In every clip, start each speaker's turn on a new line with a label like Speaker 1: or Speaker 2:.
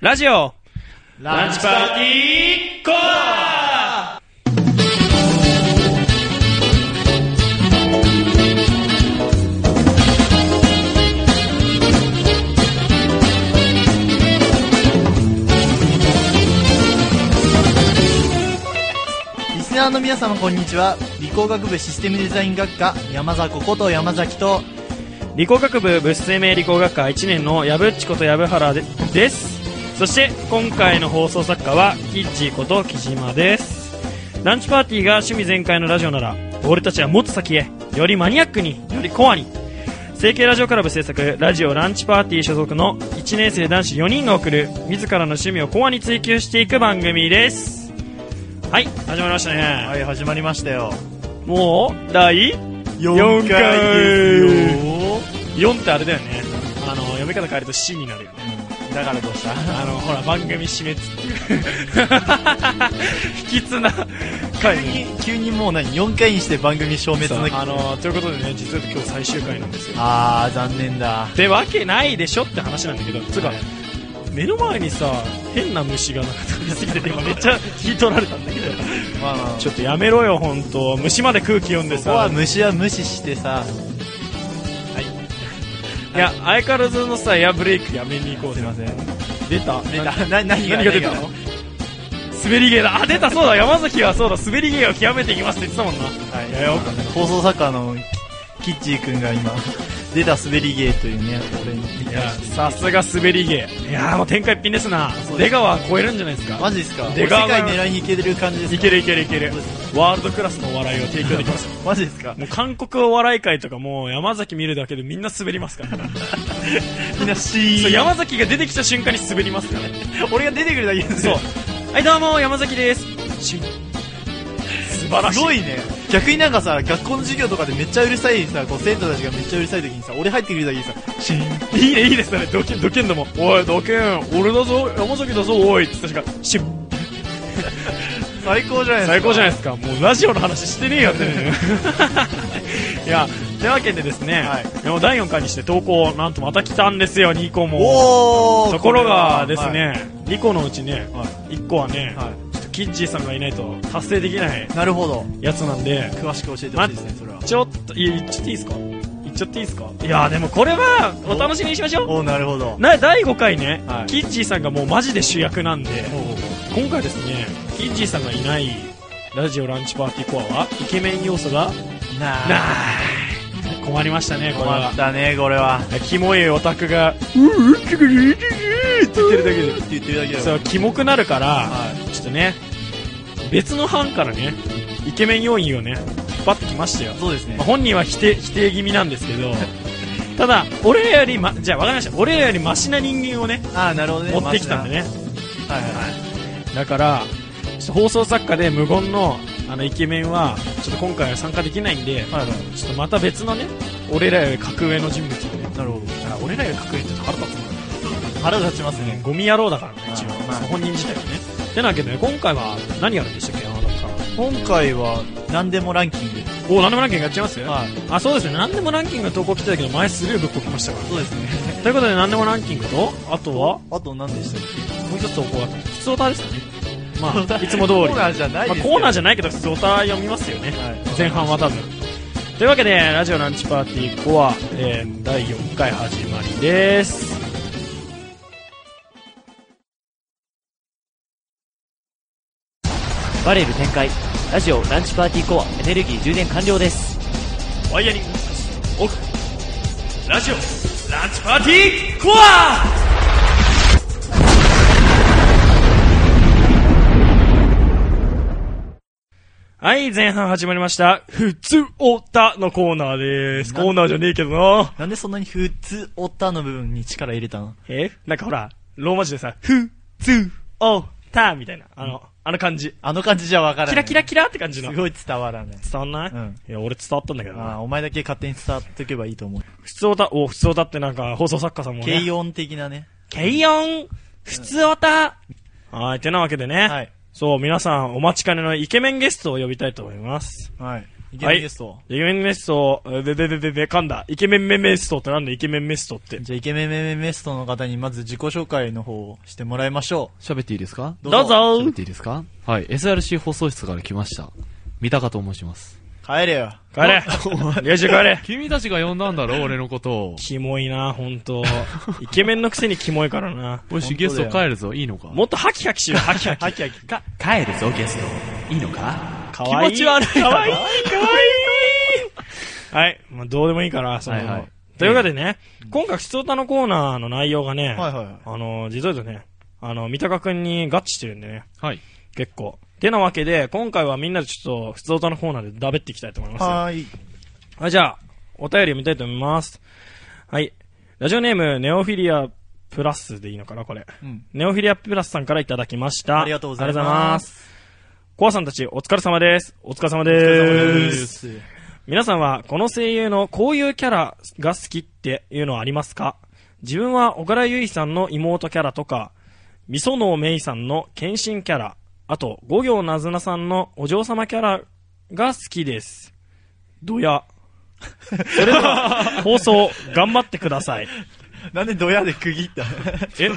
Speaker 1: ラジオ
Speaker 2: ランチパーティーコア
Speaker 3: リスナーの皆様こんにちは理工学部システムデザイン学科山迫こと山崎と
Speaker 1: 理工学部物質生命理工学科1年の矢ぶっちこと矢ぶ原でですそして今回の放送作家はキッチーこと木島ですランチパーティーが趣味全開のラジオなら俺たちはもっと先へよりマニアックによりコアに成形ラジオクラブ制作ラジオランチパーティー所属の1年生男子4人が送る自らの趣味をコアに追求していく番組ですはい始まりましたね、
Speaker 3: はい始まりましたよ
Speaker 1: もう第回
Speaker 3: 4回ですよ
Speaker 1: 4ってあれだよねあの読み方変えると C になるよね
Speaker 3: だからどうした
Speaker 1: あのほら番組死滅っていう不吉な回
Speaker 3: 急
Speaker 1: に
Speaker 3: に急にもう何4回にして番組消滅の
Speaker 1: あのということでね実は今日最終回なんですよ
Speaker 3: あー残念だ
Speaker 1: ってわけないでしょって話なんだけどつうか目の前にさ変な虫がなんか飛びすぎてて今めっちゃ聞い取られたんだけど
Speaker 3: まあまあ
Speaker 1: ちょっとやめろよ本当虫まで空気読んで
Speaker 3: そこは
Speaker 1: さ
Speaker 3: 虫は無視してさ
Speaker 1: いや相変わらずのさエアブレイクやめに行こう
Speaker 3: すいません
Speaker 1: 出た
Speaker 3: 出たな何
Speaker 1: 何が出たの滑り芸だあ出たそうだ山崎はそうだ滑り芸を極めていきますって言ってたもんなはいやよ
Speaker 3: 放送作家のキッチーくんが今出た滑り芸というね俺に見
Speaker 1: い
Speaker 3: て
Speaker 1: や
Speaker 3: まして
Speaker 1: さすが滑り芸いやーもう天下一品ですな
Speaker 3: そうです
Speaker 1: 出川は超えるんじゃないですか
Speaker 3: マジですか
Speaker 1: 出
Speaker 3: 世
Speaker 1: 川
Speaker 3: 界狙いにいけてる感じですか
Speaker 1: いけるいけるいけるワールドクラスのお笑いを提供できますよ
Speaker 3: マジですか
Speaker 1: もう韓国お笑い界とかもう山崎見るだけでみんな滑りますからね
Speaker 3: みんな
Speaker 1: そう
Speaker 3: C
Speaker 1: 山崎が出てきた瞬間に滑りますからね
Speaker 3: 俺が出てくるだけです
Speaker 1: そう
Speaker 3: よ
Speaker 1: はいどうも山崎ですシュン素晴らしい
Speaker 3: すごいね逆になんかさ学校の授業とかでめっちゃうるさいさこう生徒たちがめっちゃうるさい時にさ俺入ってくるだけでさシーンって
Speaker 1: いいねいいですねドキンドキンどもおいドキン俺だぞ山崎だぞおいって確かシュン
Speaker 3: 最高じゃないですか
Speaker 1: 最高じゃない
Speaker 3: で
Speaker 1: ですかもうラジオの話してねえよ ってねいやというわけでですね、
Speaker 3: はい
Speaker 1: でも第4回にして投稿なんとまた来たんですよ2個
Speaker 3: す
Speaker 1: も
Speaker 3: おお
Speaker 1: ところがですね、2個のうちね
Speaker 3: は
Speaker 1: 1個はね、
Speaker 3: い、は
Speaker 1: ちょっとキッチーさんがいないと達成できない
Speaker 3: い、なるほど
Speaker 1: やつなんで
Speaker 3: 詳しく教えてほしいですねそれは
Speaker 1: ちょっといや言っちゃっていいですか言っちゃっていいですかいやでもこれはお楽しみにしましょう
Speaker 3: おおなるほど
Speaker 1: な第5回ね、
Speaker 3: はい
Speaker 1: キッチーさんがもうマジで主役なんで
Speaker 3: おー
Speaker 1: 今回ですねキッチーさんがいないラジオランチパーティーコアはイケメン要素が
Speaker 3: なあ
Speaker 1: なー困りましたね、これ
Speaker 3: 困
Speaker 1: は
Speaker 3: っ。たねこれは
Speaker 1: キモいオタクが、うう、って言ってるだけ
Speaker 3: って言ってるだ
Speaker 1: で。
Speaker 3: けだよ
Speaker 1: そう、キモくなるから、
Speaker 3: は
Speaker 1: ちょっとね、別の班からね、イケメン要員をね、引っ張ってきましたよ
Speaker 3: い。そうですね
Speaker 1: まあ本人は否定、否定気味なんですけど、ただ、俺らよりま、じゃあわかりました。俺らよりマシな人間をね、
Speaker 3: ああなるほどね
Speaker 1: 持ってきたんでね。
Speaker 3: マジなはいはいはい
Speaker 1: だから、ちょっと放送作家で無言の、あの、イケメンは、ちょっと今回は参加できないんで、
Speaker 3: はいは
Speaker 1: ちょっとまた別のね、俺らより格上の人物をね、
Speaker 3: いなるほど
Speaker 1: あ俺らより格上ってちょっと腹立つな
Speaker 3: 腹立ちますね
Speaker 1: ゴミ野郎だからね一応、
Speaker 3: あまあ
Speaker 1: その本人自体はねてなわけでね今回は何やるんでしたっけ山田さん
Speaker 3: 今回は何でもランキン
Speaker 1: お何でもランキングやっちゃいます、
Speaker 3: グはい
Speaker 1: あそうですね何でもランキングの投稿来てたけど前スルーぶっこきましたか
Speaker 3: そうですね
Speaker 1: ら ということで何でもランキングとあとはも
Speaker 3: あと何でしたっ
Speaker 1: う一つ投稿があった普通オタですかね ま
Speaker 3: け
Speaker 1: あいつも通り
Speaker 3: コーナーじゃない
Speaker 1: ま
Speaker 3: で
Speaker 1: あ
Speaker 3: す
Speaker 1: コーナー
Speaker 3: じ
Speaker 1: じゃないけど普通オタ読みますよね
Speaker 3: ゃない
Speaker 1: 前半は多分というわけでラジオランチパーティー5は、えー第4回始まりです
Speaker 4: バレル展開ラジオランチパーティーコアエネルギー充電完了です
Speaker 1: ワイヤリングオフラジオランチパーティーコアはい、前半始まりました。普通オタのコーナーです。コーナーじゃねえけどな。
Speaker 3: なんでそんなに普通オタの部分に力入れたの
Speaker 1: えなんかほら、ローマ字でさ、普通オタみたいな。あの、あの感じ。
Speaker 3: あの感じじゃわか
Speaker 1: キ
Speaker 3: らない。
Speaker 1: ラキラキラって感じ
Speaker 3: す
Speaker 1: の。伝
Speaker 3: ごい伝わらない。
Speaker 1: わんない、
Speaker 3: うん
Speaker 1: いや、俺伝わったんだけど
Speaker 3: あ
Speaker 1: な。
Speaker 3: あ、お前だけ勝手に伝わっておけばいいと思う。
Speaker 1: 普通オタ、お、普通オタってなんか放送作家さんもね。
Speaker 3: 軽音的なね。
Speaker 1: 軽音、普通オタ。はい、てなわけでね。
Speaker 3: はい。
Speaker 1: そう、皆さんお待ちかねのイケメンゲストを呼びたいと思います。
Speaker 3: はい。イケメンゲスト。
Speaker 1: イケメンメスト、えべべべべべ、噛んだ。イケメンメメストってなんだイケメンメストって。
Speaker 3: じゃあ、イケメンメメストの方にまず自己紹介の方をしてもらいましょ
Speaker 5: 喋っていいですか
Speaker 3: う。
Speaker 1: どうぞ
Speaker 5: 喋っていいですかはい、SRC 放送室から来ました。三鷹と申します。
Speaker 3: 帰れよ。
Speaker 1: 帰れ練習帰れ
Speaker 5: 君たちが呼んだんだろ、俺のことを。
Speaker 1: キモいな、ほんと。イケメンのくせにキモいからな。
Speaker 5: よし、ゲスト帰るぞ、いいのか
Speaker 1: もっとハキハキしろ、ハキハキ。ハキハキ。か、
Speaker 5: 帰るぞ、ゲスト。いいのか
Speaker 1: かわいい。
Speaker 5: 気持ち悪い
Speaker 1: かわいい、かわいい。はい、まあどうでもいいから、その、
Speaker 5: はいはい
Speaker 1: というわけでね、今回、普通歌のコーナーの内容がね、
Speaker 3: はいはい
Speaker 1: あの、実を言うとね、あの、三鷹くんに合致してるんでね、
Speaker 5: はい。
Speaker 1: 結構。てなわけで、今回はみんなでちょっと、普通歌のコーナーでダベっていきたいと思いますよ。
Speaker 3: はーい。
Speaker 1: はい、じゃあ、お便りを見たいと思います。はい。ラジオネーム、ネオフィリアプラスでいいのかな、これ。
Speaker 3: うん。
Speaker 1: ネオフィリアプラスさんからいただきました。
Speaker 3: ありがとうございます
Speaker 1: ありがとうございます。コアさんたち、お疲れ様です。お疲れ様です。
Speaker 3: す。
Speaker 1: 皆さんは、この声優のこういうキャラが好きっていうのはありますか自分は、小倉優衣さんの妹キャラとか、みそのめいさんの献身キャラ、あと、五行なずなさんのお嬢様キャラが好きです。どや。それでは、放送、頑張ってください。
Speaker 3: なんでドヤで区切った
Speaker 1: え、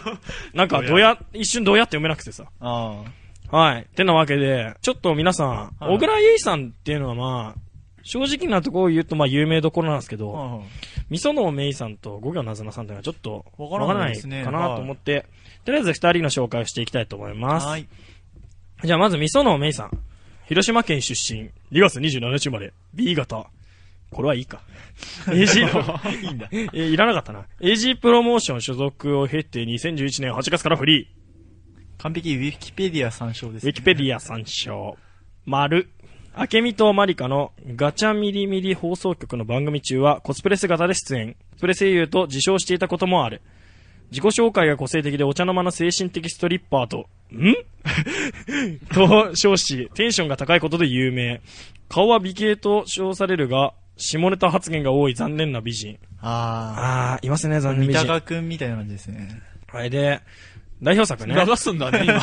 Speaker 1: なんか、どや、一瞬どやって読めなくてさ。
Speaker 3: あ
Speaker 1: はい。てなわけで、ちょっと皆さん、
Speaker 3: はい
Speaker 1: 小倉優衣さんっていうのはまあ、正直なところを言うとまあ有名どころなんですけ
Speaker 3: あ。
Speaker 1: ど、
Speaker 3: うん
Speaker 1: みそのめいさんと五行なずなさんっていうのはちょっと
Speaker 3: わ
Speaker 1: わから
Speaker 3: か
Speaker 1: ら
Speaker 3: な
Speaker 1: ないい
Speaker 3: ですね
Speaker 1: かなと思って、とりあえず二人の紹介をしていきたいと思います。
Speaker 3: はい。
Speaker 1: じゃあまずみそのめいさん。広島県出身、2月27日生まれ、B 型。これはいい か。AG、いいんだ。え、いらなかったな。AG プロモーション所属を経て2011年8月からフリー。
Speaker 3: 完璧ウィキペディア参照です、
Speaker 1: ウィキペディア参照。丸。明美とマリカのガチャミリミリ放送局の番組中はコスプレ姿で出演。コスプレ声優と自称していたこともある。自己紹介が個性的でお茶の間の精神的ストリッパーと、ん と称し、テンションが高いことで有名。顔は美形と称されるが、下ネタ発言が多い残念な美人。
Speaker 3: あ
Speaker 1: あー、いますね、
Speaker 3: あ。
Speaker 1: 残念
Speaker 3: 三
Speaker 1: 美人。
Speaker 3: 鷹くんみたいな感じですね。
Speaker 1: はい、で、代表 作ね。
Speaker 5: 流すんだね、今 の。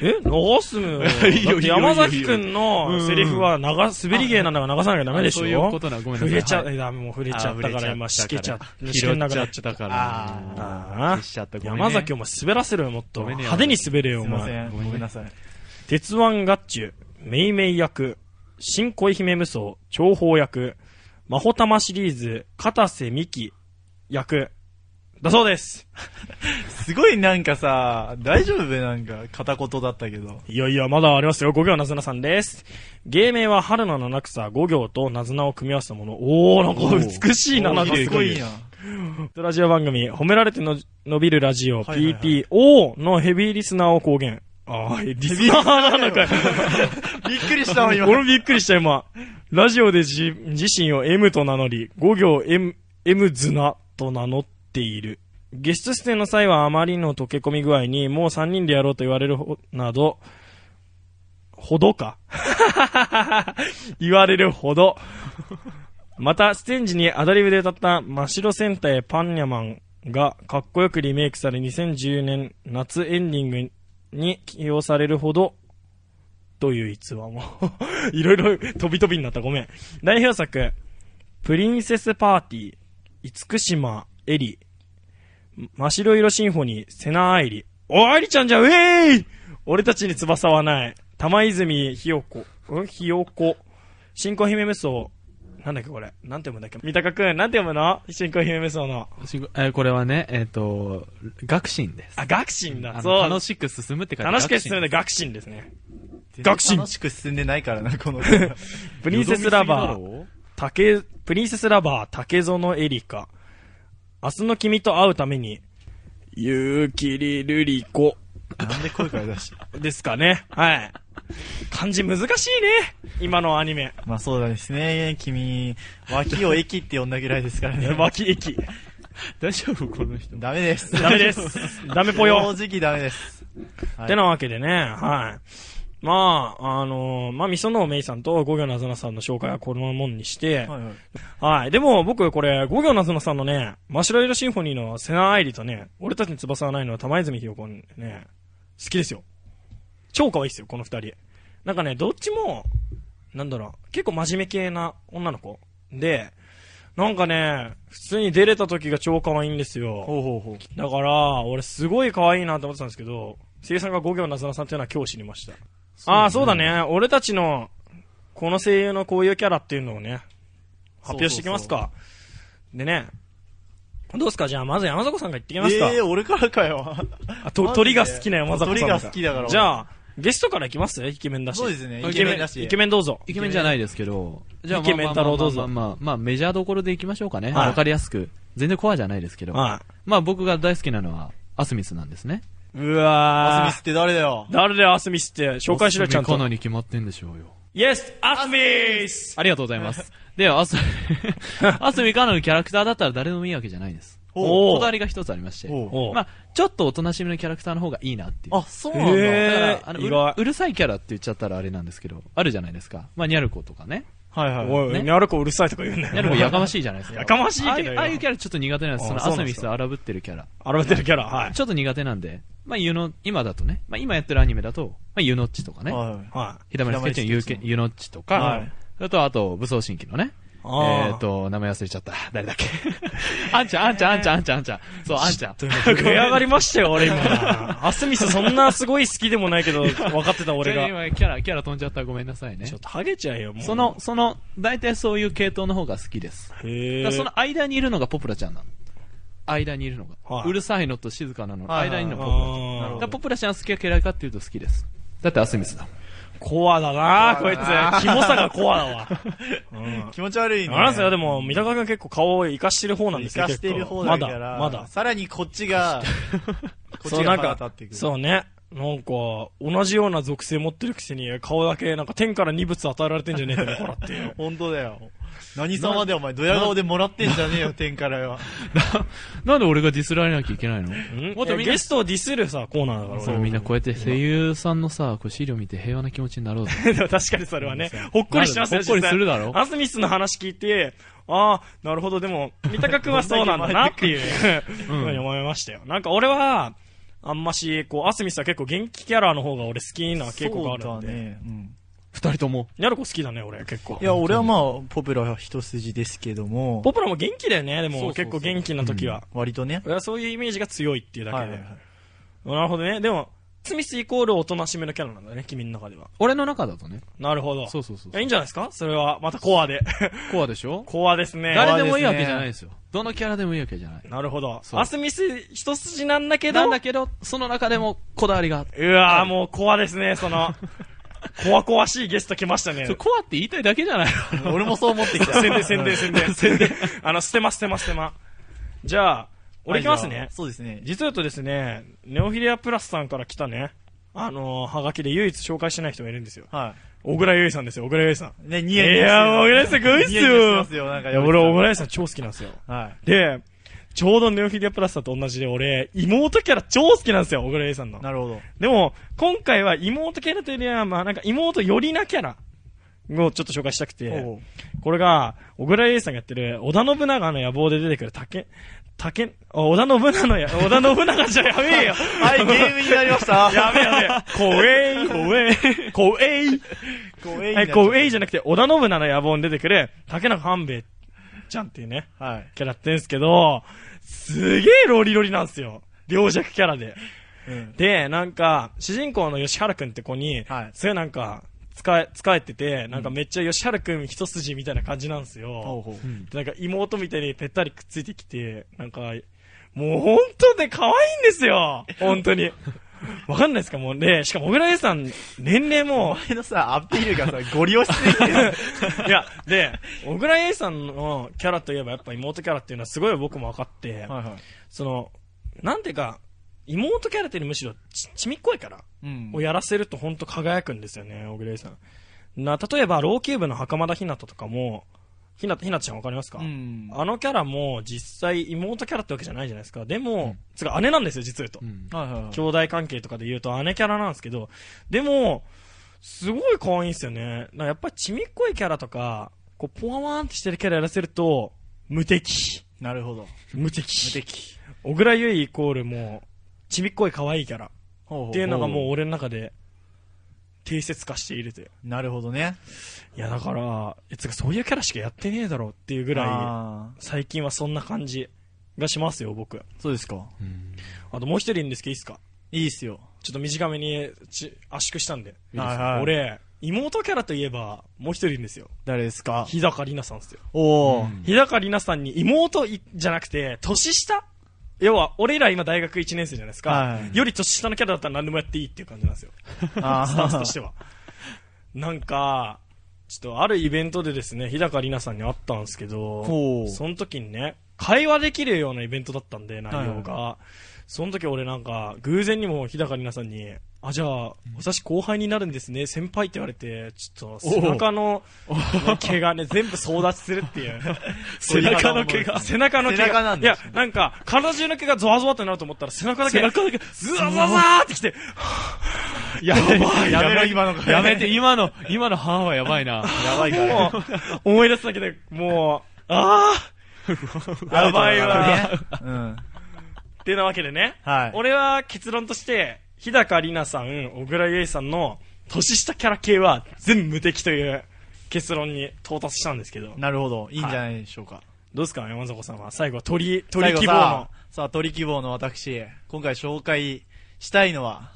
Speaker 1: え流すのだ
Speaker 5: いいよ
Speaker 1: っ
Speaker 5: い
Speaker 1: て
Speaker 5: いよ
Speaker 1: 山崎くんのセリフは流、滑り芸なんだから流さなきゃダメでしょ
Speaker 5: そういうことな、ごめんなさ
Speaker 1: 触
Speaker 5: い。
Speaker 1: れちゃ、
Speaker 5: はい
Speaker 1: えダメもう触れちゃったから今、しけちゃっ
Speaker 5: 拾
Speaker 1: た。
Speaker 5: っ
Speaker 1: し
Speaker 5: ち
Speaker 1: け
Speaker 5: ゃ
Speaker 1: なくなっ
Speaker 5: っ
Speaker 1: ちゃったた。
Speaker 5: から。
Speaker 1: あ
Speaker 5: 消しちゃった
Speaker 1: ー
Speaker 5: ごめんね
Speaker 1: 山崎お前滑らせろよ、もっと。
Speaker 5: ごめんね
Speaker 1: 派手に滑れよ、お
Speaker 3: すいませ
Speaker 1: 前。
Speaker 3: ん。
Speaker 5: ご
Speaker 3: ご
Speaker 5: めんね
Speaker 3: めんなさい。
Speaker 1: 鉄腕ガッチュ、メイメイ役、新恋姫無双、長宝役、マホタマシリーズ、片瀬美希役、だそうです。
Speaker 3: すごいなんかさ、大丈夫なんか、片言だったけど。
Speaker 1: いやいや、まだありますよ。五行なずなさんです。芸名は春の七草、五行となずなを組み合わせたもの。おー、なんか美しいな、なんかす
Speaker 3: す
Speaker 1: ご
Speaker 3: ご
Speaker 1: い
Speaker 3: い
Speaker 1: な
Speaker 3: な。。
Speaker 1: ラジオ番組、褒められての伸びるラジオ、
Speaker 3: はいはいはい
Speaker 1: PTO のヘビーリスナーを公言。あー、リスナーなのかよ。
Speaker 3: びっくりしたわ、今。
Speaker 1: 俺もびっくりした、今。ラジオで自自身を M と名乗り、五行 M、M ズナと名乗っている。ゲスト出演の際はあまりの溶け込み具合に、もう3人でやろうと言われるほなど、ほどか。言われるほど。また、ステージにアドリブで歌った真っ白戦隊パンニャマンがかっこよくリメイクされ2010年夏エンディングに起用されるほどという逸話も。 いろいろ飛び飛びになった。ごめん。代表作、プリンセスパーティー、厳島エリ、真白色シンフォニー、セナアイリ。おアイリちゃんじゃん、ウェイ俺たちに翼はない。玉泉ひよこ、うんひよこ。新婚姫無双、なんだっけこれ。なんて読むんだっけ三鷹くん、なんて読むの新婚姫無双の。
Speaker 5: しごえーこれはね、えっと、学信です。
Speaker 1: あ、学信だ。
Speaker 5: あ
Speaker 1: そう
Speaker 5: の。楽しく進むって書いて
Speaker 1: 楽しく進んで学信ですね。学信
Speaker 3: 楽しく進んでないからな、この。
Speaker 1: プリンセスラバー。
Speaker 5: ー。
Speaker 1: 竹、プリンセスラバー、竹園エリカ。明日の君と会うために、ゆうきりるりこ。
Speaker 3: なんで声から出し。
Speaker 1: ですかね。はい。漢字難しいね。今のアニメ。
Speaker 3: まあそうですね、君、脇を駅って呼んだぐらいで すからね。
Speaker 1: 脇駅。
Speaker 5: 大丈夫この人。
Speaker 3: ダメです。
Speaker 1: ダメ です。ダメぽよ。
Speaker 3: 正直ダメです。はい
Speaker 1: てなわけでね、はい。まあ、あのーまあ、みそのめいさんと五行なずなさんの紹介はこのもんにして、
Speaker 3: はいはい
Speaker 1: はい。でも僕これ、五行なずなさんのね、真白色シンフォニーのセナアイリとね、俺たちに翼はないのは玉泉ひよこね、好きですよ。超可愛いですよ、この二人。なんかね、どっちも、なんだろう、結構真面目系な女の子。で、なんかね、普通に出れた時が超可愛いんですよ。
Speaker 5: ほうほうほう。
Speaker 1: だから、俺すごい可愛いなって思ってたんですけど、声優さんが5行なずなさんっていうのは今日知りました。ああ、そうだ。ね。俺たちの、この声優のこういうキャラっていうのをね、発表していきますか。でね、どうすかじゃあ、まず山迫さんが言ってきますか。
Speaker 3: ええ俺からかよ。
Speaker 1: あと
Speaker 3: マジで
Speaker 1: 鳥が好きな山迫さん
Speaker 3: 鳥が好きだから
Speaker 1: じゃあ、ゲストからいきますイケメンだし。
Speaker 3: そうですね、
Speaker 1: イ
Speaker 3: イ
Speaker 1: ケメ
Speaker 3: ケメ
Speaker 1: ン
Speaker 3: ン
Speaker 1: だ
Speaker 3: だ
Speaker 1: し。
Speaker 3: し。
Speaker 1: イケメンどうぞ。
Speaker 5: イケメンじゃないですけど、じゃあ、
Speaker 1: イケメン
Speaker 5: まあまあ
Speaker 1: 太郎どうぞ
Speaker 5: まあまあまあ、まあメジャーどころでいきましょうかね。
Speaker 1: はい
Speaker 5: わかりやすく。全然コアじゃないですけど。
Speaker 1: は
Speaker 5: まあ僕が大好きなのは、アスミスなんですね。
Speaker 1: い。う
Speaker 3: アスミ
Speaker 1: わ
Speaker 3: スって誰だよ
Speaker 1: ー。。誰だよ、アスミスって。紹介しろよ、ちゃん
Speaker 5: アスミ
Speaker 1: と
Speaker 5: かな。り決まってんでしょうよ。
Speaker 1: イエスアスミス
Speaker 5: ありがとうございます。で、アス、 アスミカナのキャラクターだったら誰でもいいわけじゃないんです。
Speaker 1: お
Speaker 5: こだわりが一つありまして。
Speaker 3: おう
Speaker 1: おう
Speaker 5: まあ、ちょっとおとなしめのキャラクターの方がいいなっていう。
Speaker 3: あ、そうなんだ。
Speaker 1: へえ
Speaker 5: だか
Speaker 1: ー
Speaker 5: ら、あのう
Speaker 1: 意
Speaker 5: る
Speaker 1: 外
Speaker 5: うるさいキャラって言っちゃったらあれなんですけど、あるじゃないですか。まあ、ニャルコとかね。
Speaker 3: はいはい。
Speaker 1: おい、
Speaker 5: ね
Speaker 1: ニャルコうるさいとか言うんだよ。
Speaker 5: ニャル コやかましいじゃないですか。
Speaker 1: やかましいけど
Speaker 5: ああう
Speaker 1: よ
Speaker 5: ああいうキャラちょっと苦手なんです。そ
Speaker 1: あ
Speaker 5: の
Speaker 1: そう
Speaker 5: ア
Speaker 1: な
Speaker 5: ス
Speaker 1: んで
Speaker 5: ミ
Speaker 1: す
Speaker 5: ス
Speaker 1: か
Speaker 5: 荒ぶってるキャラ。
Speaker 1: 荒めてるキャラ、はい。
Speaker 5: ちょっと苦手なんで、まあ、ユノ、今だとね、まあ、今やってるアニメだと、まあ、ユノッチとかね。
Speaker 3: は
Speaker 1: は
Speaker 5: ひだまりスケッチのユーケユノッチとか、
Speaker 1: はい
Speaker 5: あと、あと、武装神器のね。
Speaker 1: い。あ
Speaker 5: え っ、と、名前忘れちゃった。誰だっけ あんちゃん、あんちゃん、あんちゃん、あんちゃん、あんちゃん。そう、あんちゃん。
Speaker 1: ー、上上がりましたよ、俺 今。アスミスそんなすごい好きでもないけ ど、分かってた俺
Speaker 5: 俺
Speaker 1: が。
Speaker 5: が。今、キャラ、キャラ飛んじゃった。ごめんなさいね
Speaker 1: ちょ。っとハゲちゃえよ、もう。
Speaker 5: その、、その、大体そういう系統の方が好きです。
Speaker 1: へ
Speaker 5: だ
Speaker 1: ー
Speaker 5: からその間にいるのがポプラちゃんなの。間にいるのが。
Speaker 1: はいう
Speaker 5: るさいのと静かなの。
Speaker 3: はい
Speaker 5: 間にいるのがポプラちゃん。
Speaker 1: あ
Speaker 5: だ
Speaker 1: ー
Speaker 5: からポプラちゃん好きか嫌いかっていうと好きです。だってアスミスだもん。
Speaker 1: コアだなこいつ。キモさがコアだわ。うん
Speaker 3: い。。気持ち悪いね。
Speaker 1: あれなんですよ、でも、三鷹君結構顔を生かしてる方なんです
Speaker 3: 生
Speaker 1: よ。
Speaker 3: かしてる方
Speaker 1: 結構
Speaker 3: だか
Speaker 1: ま
Speaker 3: ら、
Speaker 1: だ、まだ。
Speaker 3: さらにこっち が、こっ
Speaker 1: そう、
Speaker 3: ち
Speaker 1: なん
Speaker 3: が腹
Speaker 1: か
Speaker 3: 立ってく、る。
Speaker 1: そうね。なんか、同じような属性持ってるくせに、顔だけ、なんか天から二物与えられてんじゃねえか、ほらって いう。
Speaker 3: 本当だよ。何様でお前、ドヤ顔でもらってんじゃねえよ、天からよ。
Speaker 5: なんで俺がディスられなきゃいけないのもっと
Speaker 1: ん
Speaker 5: みんな
Speaker 1: ゲストをディスるさ、コーナーだから
Speaker 5: そうみんなこうやって声優さんのさ、こう資料見て平和な気持ちになろうぜ。
Speaker 1: 俺 でも確かにそれはね、ほっこりしてますよ、
Speaker 5: ほっこりするだろ
Speaker 1: 実際アスミスの話聞いて、ああ、なるほど、で も、三鷹君はそうなんだなっていう、ふうに思いましたよ。なんか俺は、あんまし、こう、アスミスは結構元気キャラの方が俺好きな傾向があるん
Speaker 3: そうだ
Speaker 1: で。
Speaker 3: ね。うん
Speaker 5: 二人とも。
Speaker 1: ニャルコ好きだね、俺、結構
Speaker 3: い。や、俺はまあ、ポプラ一筋ですけども、
Speaker 1: ポプラも元気だよね、で
Speaker 3: そうそ
Speaker 1: も
Speaker 3: うそう
Speaker 1: 結構元気な時は。
Speaker 3: 割とね。
Speaker 1: 俺はそういうイメージが強いっていうだ
Speaker 3: は
Speaker 1: け
Speaker 3: いはい
Speaker 1: で
Speaker 3: はい。。
Speaker 1: なるほどね。でも、アスミスイコールおとなしめのキャラなんだね、君の中では。
Speaker 5: 俺の中だとね。
Speaker 1: なるほど。
Speaker 5: そうそうそう
Speaker 1: いや。いいんじゃないですかそれは、またコ アで。
Speaker 5: コアでしょ
Speaker 1: コアですね。
Speaker 5: 誰でもいいわけじゃないですよ。どのキャラでもいいわけじゃない。
Speaker 1: なるほど。
Speaker 5: そう
Speaker 1: アスミス一筋なんだけど、
Speaker 5: なんだけど、その中でもこだわりがあって。
Speaker 1: うわーもうコアですね、その、コアコアしいゲスト来ましたね
Speaker 5: そう。コアって言いたいだけじゃないの
Speaker 3: 俺もそう思ってき た。
Speaker 1: 宣伝、宣伝、宣伝。宣伝。あの、捨てます、捨てます、捨てます。じゃあ、俺行きます
Speaker 3: は
Speaker 1: ね
Speaker 3: い。そうですね。
Speaker 1: 実は言うとですね、ネオフィリアプラスさんから来たね、あのー、はがきで唯一紹介してない人がいるんですよ。
Speaker 3: は
Speaker 1: 小倉優衣さんですよ、小倉優衣さ
Speaker 3: い。ね、
Speaker 1: ん。い
Speaker 3: ニヤニヤして
Speaker 1: やー、小倉優衣さん、すごいっす
Speaker 3: ニヤニヤしてま
Speaker 1: よ
Speaker 3: す。よ、なんか
Speaker 1: い
Speaker 3: や
Speaker 1: や俺、小
Speaker 3: めてた
Speaker 1: 倉優衣さん超好きなんですよ。
Speaker 3: はい。
Speaker 1: で、ちょうどネオフィリアプラスさんと同じで、俺、妹キャラ超好きなんですよ、小倉優衣さんの。
Speaker 3: なるほど。
Speaker 1: でも、今回は妹キャラというよりは、まあなんか妹寄りなキャラをちょっと紹介したくて、
Speaker 3: おう
Speaker 1: これが、小倉優衣さんがやってる、織田信長の野望で出てくる竹、竹、あ織田信長 のや、織田信長じゃやべえよ
Speaker 3: はい、ゲームになりまし た。
Speaker 1: やべえやべえ。怖え、怖え、怖え。
Speaker 3: 怖い
Speaker 1: はい、こう、エイじゃなくて、織田信長の野望に出てくる、竹中半兵衛ちゃんっていうね、
Speaker 3: はい。
Speaker 1: キャラやってんすけど、すげえロリロリなんですよ。病弱キャラで。
Speaker 3: うん。
Speaker 1: で、なんか、主人公の吉原くんって子に、
Speaker 3: はい
Speaker 1: すごいなんか、使え、使えてて、なんかめっちゃ吉原くん一筋みたいな感じなんです
Speaker 3: ほう
Speaker 1: よ。
Speaker 3: ほう。
Speaker 1: でなんか妹みたいにぺったりくっついてきて、なんか、もう本当ね、可愛いんですよ本当に。わかんないですかもうね、しかも小倉優さん、年齢も、
Speaker 3: 前のさ、アピールがさ、ゴリ押しすぎ てる。
Speaker 1: いや、で、小倉優さんのキャラといえばやっぱ妹キャラっていうのはすごい僕も分かって、
Speaker 3: はいはい。
Speaker 1: その、なんていうか、妹キャラっていうよりむしろちちみっこいから、
Speaker 3: うん
Speaker 1: をやらせると本当輝くんですよね、小倉優さん。な、例えば、老朽部の袴田ひなたとかも、ひなた、ひなたちゃんわかりますか、
Speaker 3: うん。
Speaker 1: あのキャラも実際妹キャラってわけじゃないじゃないですか。でも、つうか姉なんですよ、実を言うと。
Speaker 5: うん
Speaker 3: はいはいはい。
Speaker 1: 兄弟関係とかで言うと姉キャラなんですけど、でも、すごい可愛いんですよね。なやっぱりちみっこいキャラとか、こう、ポワワーンってしてるキャラやらせると、無敵。
Speaker 3: なるほど。
Speaker 1: 無敵。
Speaker 3: 無敵。
Speaker 1: 小倉優衣イコールもう、ちびっこい可愛いキャラっ
Speaker 3: ほうほう
Speaker 1: ていうのがもう俺の中で、定説化しているという。
Speaker 3: なるほどね。
Speaker 1: いや、だから、いやつかそういうキャラしかやってねえだろうっていうぐら
Speaker 3: あ
Speaker 1: い、最近はそんな感じがしますよ、僕。
Speaker 3: ーそうですか。
Speaker 1: あともう一人いるんですけど、いいですか
Speaker 3: いいっすよ。
Speaker 1: ちょっと短めにち圧縮したんで。
Speaker 3: はいはい
Speaker 1: 俺、妹キャラといえば、もう一人いるんですよ。
Speaker 3: 誰ですか
Speaker 1: 日高里奈さんですよ。
Speaker 3: おお、
Speaker 1: 日高里奈さんに妹いじゃなくて、年下要は、俺ら今大学1年生じゃないですか。
Speaker 3: はい
Speaker 1: より年下のキャラだったら何でもやっていいっていう感じなんですよ。
Speaker 3: あー
Speaker 1: スタンスとしては。なんか、ちょっとあるイベントでですね、日高里奈さんに会ったんですけ
Speaker 3: ほ
Speaker 1: ど、
Speaker 3: う
Speaker 1: その時にね、会話できるようなイベントだったんで、内容が。その時俺なんか、偶然にも日高里奈さんに、あ、じゃあ、私後輩になるんですね、先輩って言われて、ちょっと背中の毛がね、全部総立ちするっていう。
Speaker 5: 背中の毛が
Speaker 1: 背中の毛が。
Speaker 3: 背中なん
Speaker 1: い
Speaker 3: で
Speaker 1: や
Speaker 3: すね、
Speaker 1: なんか、体中の毛がゾワゾワってなると思ったら、背中だけ、
Speaker 5: 背中だけ
Speaker 1: ズワズワズワーってきて、
Speaker 5: やば
Speaker 3: い やめろ今の
Speaker 5: やめて、今の、今の母はやばいな。
Speaker 3: やばいから。
Speaker 1: もう、思い出すだけで、もう、ああやばいわ。っ
Speaker 3: うん。
Speaker 1: てなわけでね。
Speaker 3: はい
Speaker 1: 俺は結論として、日高里奈さん、小倉優衣さんの年下キャラ系は全無敵という結論に到達したんですけど。ど
Speaker 3: なるほど。いいんじゃないでしょうか。
Speaker 1: うですか山迫さんは。最後、鳥、
Speaker 3: 最
Speaker 1: 鳥
Speaker 3: 後
Speaker 1: 希望の
Speaker 3: さ。さあ、鳥希望の私、今回紹介したいのは、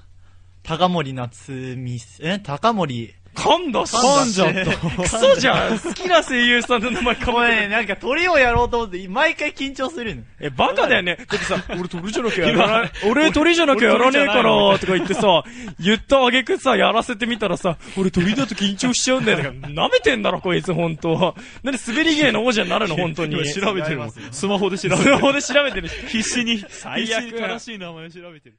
Speaker 3: 高森夏美す、え高森。
Speaker 1: 今度
Speaker 3: 噛んじゃった
Speaker 1: クソじゃん好きな声優さんの名前か
Speaker 3: こ
Speaker 1: も
Speaker 3: れね、なんか鳥をやろうと思って、毎回緊張するの。
Speaker 1: え、バカだ よね。だってさ、俺鳥じゃなきゃやらない。俺鳥じゃなきゃやらねえから、とか言ってさ、言ったあげくさ、やらせてみたらさ、俺鳥だと緊張しちゃうんだよ。だから舐めてんだろ、こいつ、ほんと。なんで滑り芸の王者になるの、ほんとに。
Speaker 5: 今調べてるもん。
Speaker 3: 違いま
Speaker 5: スマホで調べて
Speaker 1: スマ
Speaker 5: る。
Speaker 1: ホで調べてるし。
Speaker 5: 必死に、
Speaker 1: 最悪
Speaker 5: 必死に正しい名前を調べてる。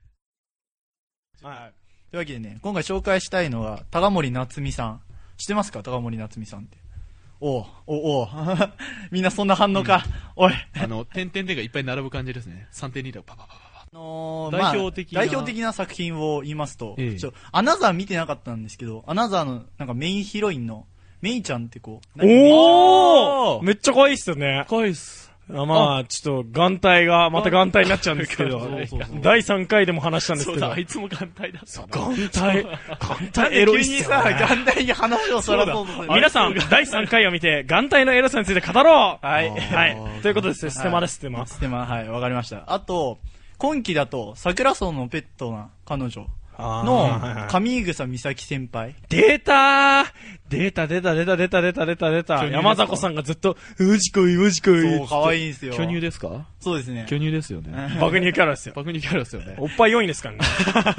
Speaker 1: はい。
Speaker 3: というわけでね、今回紹介したいのは、高森夏美さん。知ってますか高森夏美さんって。おう、おう、おう。 みんなそんな反応か。おい。
Speaker 5: あの、点々点がいっぱい並ぶ感じですね。3点2だパパパパパ。
Speaker 3: あのー
Speaker 5: 代表的な
Speaker 3: まあ代表的な作品を言いますと、
Speaker 5: ええ
Speaker 3: ちょアナザー見てなかったんですけど、アナザーのなんかメインヒロインのメイちゃんって子。
Speaker 1: お
Speaker 5: あ
Speaker 1: ー
Speaker 5: ー
Speaker 1: めっちゃ可愛いっすよね。
Speaker 5: 怖いっす。
Speaker 1: あまあ、ちょっと、眼帯が、また眼帯になっちゃうんですけど
Speaker 5: あそうそうそ、
Speaker 1: 第3回でも話したんです
Speaker 5: そ
Speaker 1: け
Speaker 5: うだ、
Speaker 1: ど
Speaker 5: あ、いつも眼帯だ。そう
Speaker 1: 眼帯、眼帯エロいっす
Speaker 3: 急に
Speaker 1: よ
Speaker 3: さ、
Speaker 1: ね。
Speaker 3: 眼帯に話をそらそうとする。
Speaker 1: 皆さん、第3回を見て、眼帯のエロさについて語ろう
Speaker 3: はい。
Speaker 1: はい。ということですね、ステマです、ステマ。
Speaker 3: ステマ、はい、わかりました。あと、今期だと、桜荘のペットな彼女の
Speaker 1: の、
Speaker 3: 上草美咲先輩。
Speaker 1: 出たー出た出た出た出た出た出た出た
Speaker 3: 巨乳ですか
Speaker 1: 山迫さんがずっと、うじこい、うじこい。
Speaker 3: そう、可愛いんですよ。
Speaker 5: 巨乳ですか
Speaker 3: そうですね。
Speaker 5: 巨乳ですよね。
Speaker 1: 爆乳キャラですよ。
Speaker 5: 爆乳キャラですよね。
Speaker 1: おっぱい4位ですからね。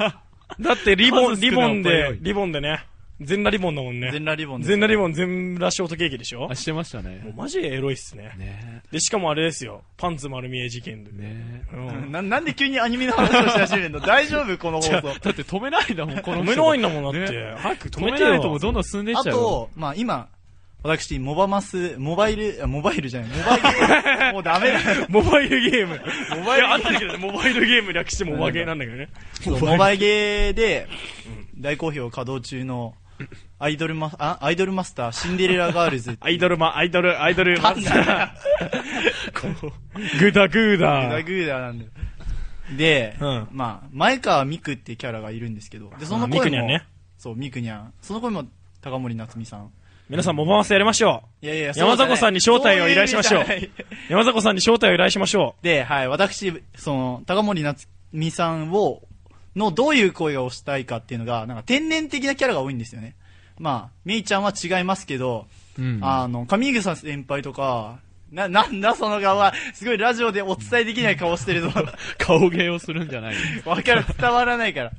Speaker 1: だって、リボン、
Speaker 5: 数少ない
Speaker 1: リボン
Speaker 5: おっ
Speaker 1: で
Speaker 5: ぱい、4位
Speaker 1: リボンでね、全裸リボンだもん
Speaker 3: 全
Speaker 1: ね。
Speaker 3: 裸リボンです
Speaker 1: 全裸リボン、全裸ショートケーキでしょ
Speaker 5: あ、してました
Speaker 1: もう
Speaker 5: ね。
Speaker 1: マジエロいっすね。
Speaker 5: ね
Speaker 1: で、しかもあれですよ、パンツ丸見え事件で。
Speaker 5: え。ね
Speaker 1: う
Speaker 3: うんんな なんで急にアニメの話をし始めるの大丈夫この放
Speaker 5: え。
Speaker 3: 送。
Speaker 5: だって止めないんだもん、この
Speaker 1: 止
Speaker 5: 人
Speaker 1: めないんだもんだって。
Speaker 5: ね
Speaker 1: 早く止
Speaker 5: 止め
Speaker 1: めてよ。
Speaker 5: ないともうどんどん進んでいっ
Speaker 3: あ
Speaker 5: ちゃうよ。
Speaker 3: と、まあ今、私、モバマス、モバイル、あモバイルじゃない、モバイ ル、もうダメだ。
Speaker 1: モバイルゲーム。モバイルあったけどね、モバイルゲーム略してモバゲーなんだけどね。
Speaker 3: モバイゲーで、大好評稼働中の、アイドルマ、あ、アイドルマスター、シンデレラガールズ。
Speaker 1: ア イドルマ、アイドル、アイドルマ
Speaker 3: ん
Speaker 1: スタ ー。グダグー
Speaker 3: グ
Speaker 1: ダ
Speaker 3: ダ
Speaker 1: ー。
Speaker 3: グーダーなんだよ。で、
Speaker 1: うん
Speaker 3: まあ、前川美空ってキャラがいるんですけど、で、その
Speaker 1: ミク
Speaker 3: 声
Speaker 1: ニャン
Speaker 3: も、
Speaker 1: ね
Speaker 3: そう、ミクニャン。その声も、高森夏美さん。
Speaker 1: 皆さんモバマスやりましょう。
Speaker 3: いやいや、
Speaker 1: 山迫さんに招待を依頼しましょう
Speaker 3: そういう意味じゃない
Speaker 1: 山迫さんに招待を依頼しましょ
Speaker 3: で、はい、私、その、高森夏美さんを、のどういう声をしたいかっていうのが、なんか天然的なキャラが多いんですよね。まあ、めいちゃんは違いますけど、
Speaker 5: うん
Speaker 3: あの、上草先輩とか、な、なんだその顔は、すごいラジオでお伝えできない顔してるぞ。
Speaker 5: 顔芸をするんじゃない。
Speaker 3: わかる、伝わらないから。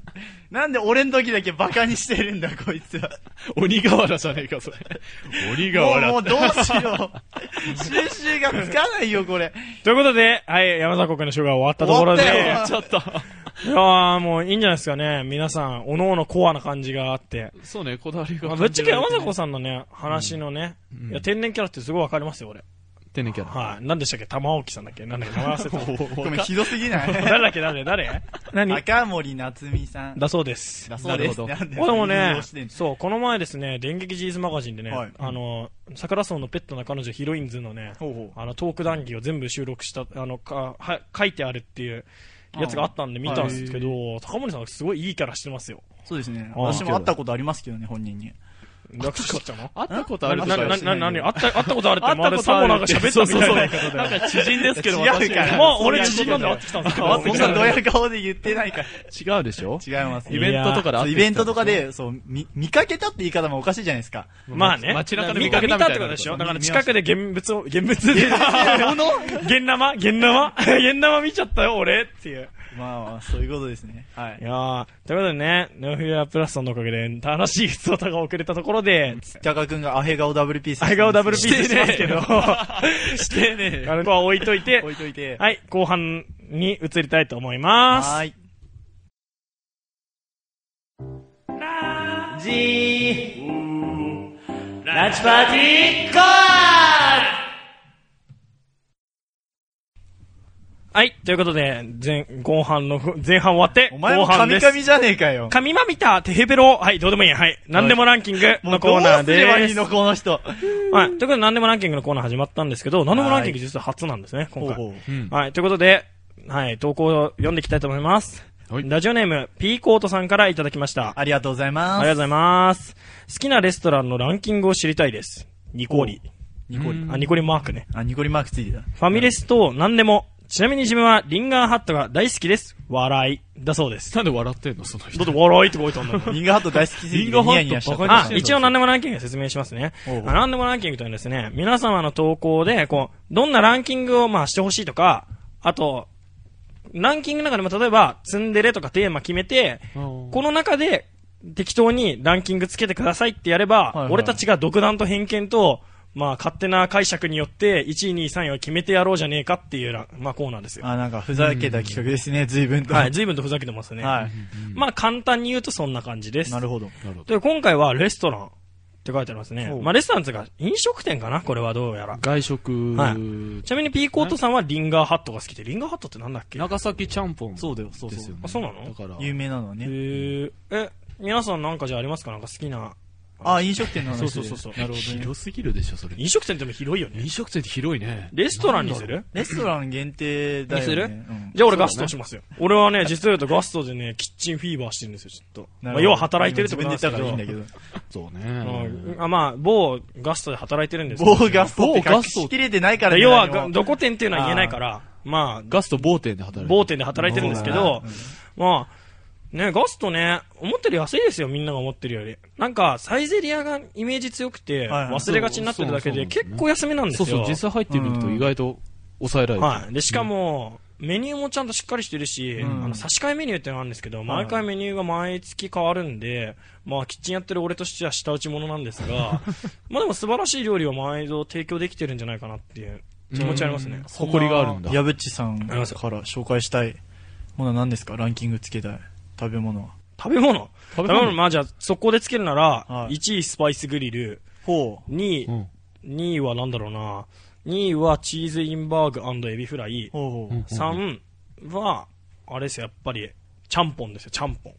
Speaker 3: なんで俺の時だけバカにしてるんだ、こいつは。
Speaker 5: 鬼瓦じゃねえか、それ。鬼
Speaker 3: もう、
Speaker 5: 瓦。
Speaker 3: もうどうしよう。収集がつかないよ、これ。
Speaker 1: う。ということで、はい、山迫君のショーが終わったところで。い
Speaker 3: 終わったよ
Speaker 1: や
Speaker 5: ちょっと。
Speaker 1: ー、もういいんじゃないですかね。皆さん、おのおのコアな感じがあって。
Speaker 5: そうね、こだわりが。
Speaker 1: まあ、ぶっちゃけ山迫さんのね、話のね、いや天然キャラってすごいわかりますよ、俺。
Speaker 5: ってねキャラ。
Speaker 1: はい。何でしたっけ玉置さんだっけなんだっけ名前忘れ た。
Speaker 3: ごめん、ひどすぎな い。
Speaker 1: 誰だっけ誰誰何
Speaker 3: 高森夏美さん。
Speaker 1: だそうです。
Speaker 3: だそうです。
Speaker 5: なる
Speaker 3: なんで
Speaker 1: これも
Speaker 3: 運
Speaker 1: ね
Speaker 3: 用してん、の
Speaker 1: そう、この前ですね、電撃ジーズマガジンでね、
Speaker 3: はい
Speaker 1: あの、桜荘のペットな彼女ヒロインズのね、
Speaker 3: ほうほう
Speaker 1: あの、トーク談義を全部収録した、あの、か、は、書いてあるっていうやつがあったんで見たんですけど、高森さんがすごいいいキャラしてますよ。
Speaker 3: そうですね。
Speaker 1: あー
Speaker 3: 私も会ったことありますけどね、本人に。
Speaker 1: 略しちゃったの
Speaker 5: 会ったことあ
Speaker 1: な、
Speaker 5: る
Speaker 1: な、
Speaker 5: でしょ
Speaker 1: な、な、な、な、あった、あったことあるって、
Speaker 5: 会
Speaker 1: ま
Speaker 5: った
Speaker 1: る
Speaker 5: こ
Speaker 1: さ
Speaker 5: とあ
Speaker 1: も
Speaker 5: る
Speaker 1: なんか
Speaker 5: って
Speaker 1: 喋ったみたいな。
Speaker 5: なんか知人ですけど、
Speaker 3: 違うから
Speaker 5: 私は
Speaker 1: まあ、俺知人なんで会ってきたんですけど。
Speaker 5: 会って
Speaker 3: こん
Speaker 5: きた
Speaker 3: なドヤ顔で言ってないから。
Speaker 5: 違うでしょ
Speaker 3: 違い ます。
Speaker 5: イベントとかで会ってきた
Speaker 3: そうイベントとかで、そう、み見かけたって言い方もおかしいじゃないですか。
Speaker 1: まあね。
Speaker 5: 街中で
Speaker 1: 見
Speaker 5: 見
Speaker 1: た
Speaker 5: か
Speaker 1: 見た
Speaker 5: けた
Speaker 1: っ
Speaker 5: みた
Speaker 1: て
Speaker 5: いな
Speaker 1: ことでしょ。だから
Speaker 3: 見まし
Speaker 1: 近
Speaker 3: た
Speaker 1: くで現物を、現物 で。現生現生 現生見ちゃったよ、俺っていう。
Speaker 3: まあまあ、そういうことですね。はいい。
Speaker 1: やー、ということでね、ノーフィアプラスさんのおかげで、楽しい普通歌が遅れたところで、
Speaker 3: キャカ君がアヘ顔ダブルピース。
Speaker 1: 相顔ダブルピース
Speaker 3: ス。
Speaker 1: してますけど、
Speaker 5: してね
Speaker 1: あの子は置いといて、
Speaker 3: 置いといて。
Speaker 1: はい、後半に移りたいと思います。
Speaker 3: はーい。
Speaker 4: じーランチパーティーコア
Speaker 1: はい、ということで、前、後半のふ、前半終わって、
Speaker 3: お前
Speaker 1: 後
Speaker 3: も
Speaker 1: 半
Speaker 3: 神
Speaker 1: です。
Speaker 3: 々じゃねえかよ。
Speaker 1: 神まみた、テヘベロ、はい、どうでもいい、はい。なんでもランキング
Speaker 3: も
Speaker 1: の
Speaker 3: うど
Speaker 1: コー
Speaker 3: う
Speaker 1: ナー
Speaker 3: すれば
Speaker 1: で
Speaker 3: い
Speaker 1: す
Speaker 3: い。の、この人。
Speaker 1: はい、ということで、なんでもランキングのコーナー始まったんですけど、なんでもランキング実は初なんですね、今回。
Speaker 3: ほう
Speaker 5: うん
Speaker 1: はい、ということで、はい、投稿を読んでいきたいと思います。
Speaker 5: はい
Speaker 1: ラジオネーム、ピーコートさんからいただきました。
Speaker 3: ありがとうござい
Speaker 1: あり
Speaker 3: ます。
Speaker 1: がとうございます。好きなレストランのランキングを知りたいです。ニコリ。
Speaker 3: ニコリ。
Speaker 1: あ、ニコリマークね。
Speaker 3: あ、ニコリマークついてた。
Speaker 1: ファミレスと何でも。ちなみに自分はリンガーハットが大好きです。笑い。だそうです。
Speaker 5: なんで笑ってんのその
Speaker 1: だ
Speaker 5: 人
Speaker 1: って笑いって書いてあるんだもん
Speaker 3: リンガーハット大好きすぎてニヤニヤしちゃった
Speaker 5: リンガーハットバカに
Speaker 1: あ
Speaker 5: し、てん
Speaker 1: 一応何でもランキング説明しますね。
Speaker 3: おうおう
Speaker 1: あ何でもランキングというのはですね、皆様の投稿で、こう、どんなランキングをまあしてほしいとか、あと、ランキングの中でも例えば、ツンデレとかテーマ決めて、この中で適当にランキングつけてくださいってやれば、
Speaker 3: いはい
Speaker 1: 俺たちが独断と偏見と、まあ勝手な解釈によって、1位、2位、3位を決めてやろうじゃねえかっていうラン、まあコーナーですよ。
Speaker 3: あ、なんかふざけた企画ですね、随分と。
Speaker 1: はい、随分とふざけてますね。
Speaker 3: は
Speaker 1: まあ簡単に言うとそんな感じで
Speaker 3: い。
Speaker 1: す。
Speaker 3: なるほど。
Speaker 1: で、今回はレストランって書いてありますね
Speaker 3: ほ。う
Speaker 1: まあ、レストランっていうか、飲食店かなこれはどうやら。
Speaker 5: 外食、
Speaker 1: はいちなみにピーコートさんはリンガーハットが好きで、リンガーハットってなんだっけ
Speaker 5: 長崎ちゃんぽん
Speaker 3: そうだよ、そう
Speaker 5: です
Speaker 3: そう
Speaker 5: よね。
Speaker 1: あそうなの
Speaker 5: だから
Speaker 3: 有名なのは
Speaker 1: え
Speaker 3: ね。
Speaker 1: ー、え、皆さんなんかじゃあありますかなんか好きな。
Speaker 3: あ、飲食店の話
Speaker 1: そうそう
Speaker 3: で。
Speaker 1: そうそう。
Speaker 3: なるほどね。
Speaker 5: 広すぎるでしょそれ
Speaker 1: 飲食店でも広いよね
Speaker 5: 飲。食店って広いね
Speaker 1: レストランにする
Speaker 3: レストラン限定だよ
Speaker 1: に
Speaker 3: ね。
Speaker 1: する
Speaker 3: うん
Speaker 1: じゃあ俺ガストしますよ。俺はね、実は言うとガストでね、キッチンフィーバーしてるんですよ、ちょっと。
Speaker 3: な
Speaker 1: まあ、
Speaker 3: るほど
Speaker 1: 要は働いてるってことなんです
Speaker 3: 自
Speaker 1: け
Speaker 3: 分で
Speaker 1: ど。
Speaker 3: 言った からいいんだ
Speaker 5: そうね
Speaker 1: うんあまあ、某ガストで働いてるんです
Speaker 3: け
Speaker 1: けど
Speaker 3: ど。某ガストって
Speaker 5: 某
Speaker 3: 隠
Speaker 5: ガスト
Speaker 3: しきれてないからね
Speaker 1: 要は、
Speaker 3: 何も
Speaker 1: がどこ店っていうのは言えないから、まあ、
Speaker 5: ガスト某店で働いてる
Speaker 1: 某店で働いてるんですけど、まあ、ね、ガストね、思ったより安いですよ、みんなが思ってるより。なんか、サイゼリアがイメージ強くて、
Speaker 3: はいはい
Speaker 1: 忘れがちになってるだけで、
Speaker 5: そうそうそう
Speaker 1: 結構安めなんです
Speaker 5: そ
Speaker 1: よ。
Speaker 5: うそう実際入ってみると意外と抑えられてる
Speaker 1: はい。で、しかも、メニューもちゃんとしっかりしてるし、
Speaker 3: ん
Speaker 1: あの差し替えメニューってのがあるんですけど、毎回メニューが毎月変わるんで、まあ、キッチンやってる俺としては下打ち者なんですが、 まあでも素晴らしい料理を毎度提供できてるんじゃないかなっていう気持ちありますね。
Speaker 5: 誇りがあるんだ
Speaker 3: 矢渕さん
Speaker 1: あ
Speaker 3: か
Speaker 1: り
Speaker 3: ら
Speaker 1: ます
Speaker 3: 紹介したいものは何ですかランキングつけたい食べ物は。
Speaker 1: 食べ物食
Speaker 5: 食べ物
Speaker 1: べ物、まあじゃあ、速攻でつけるなら、
Speaker 3: はい
Speaker 1: 1位スパイスグリル、
Speaker 3: ほう。
Speaker 1: 2位、
Speaker 5: うん
Speaker 1: 2位はなんだろうな、2位はチーズインバーグエビフライ、
Speaker 3: ほうほう。
Speaker 5: うん
Speaker 1: 3は、あれですよ、やっぱり、ちゃんぽんですよ、ちゃんぽん。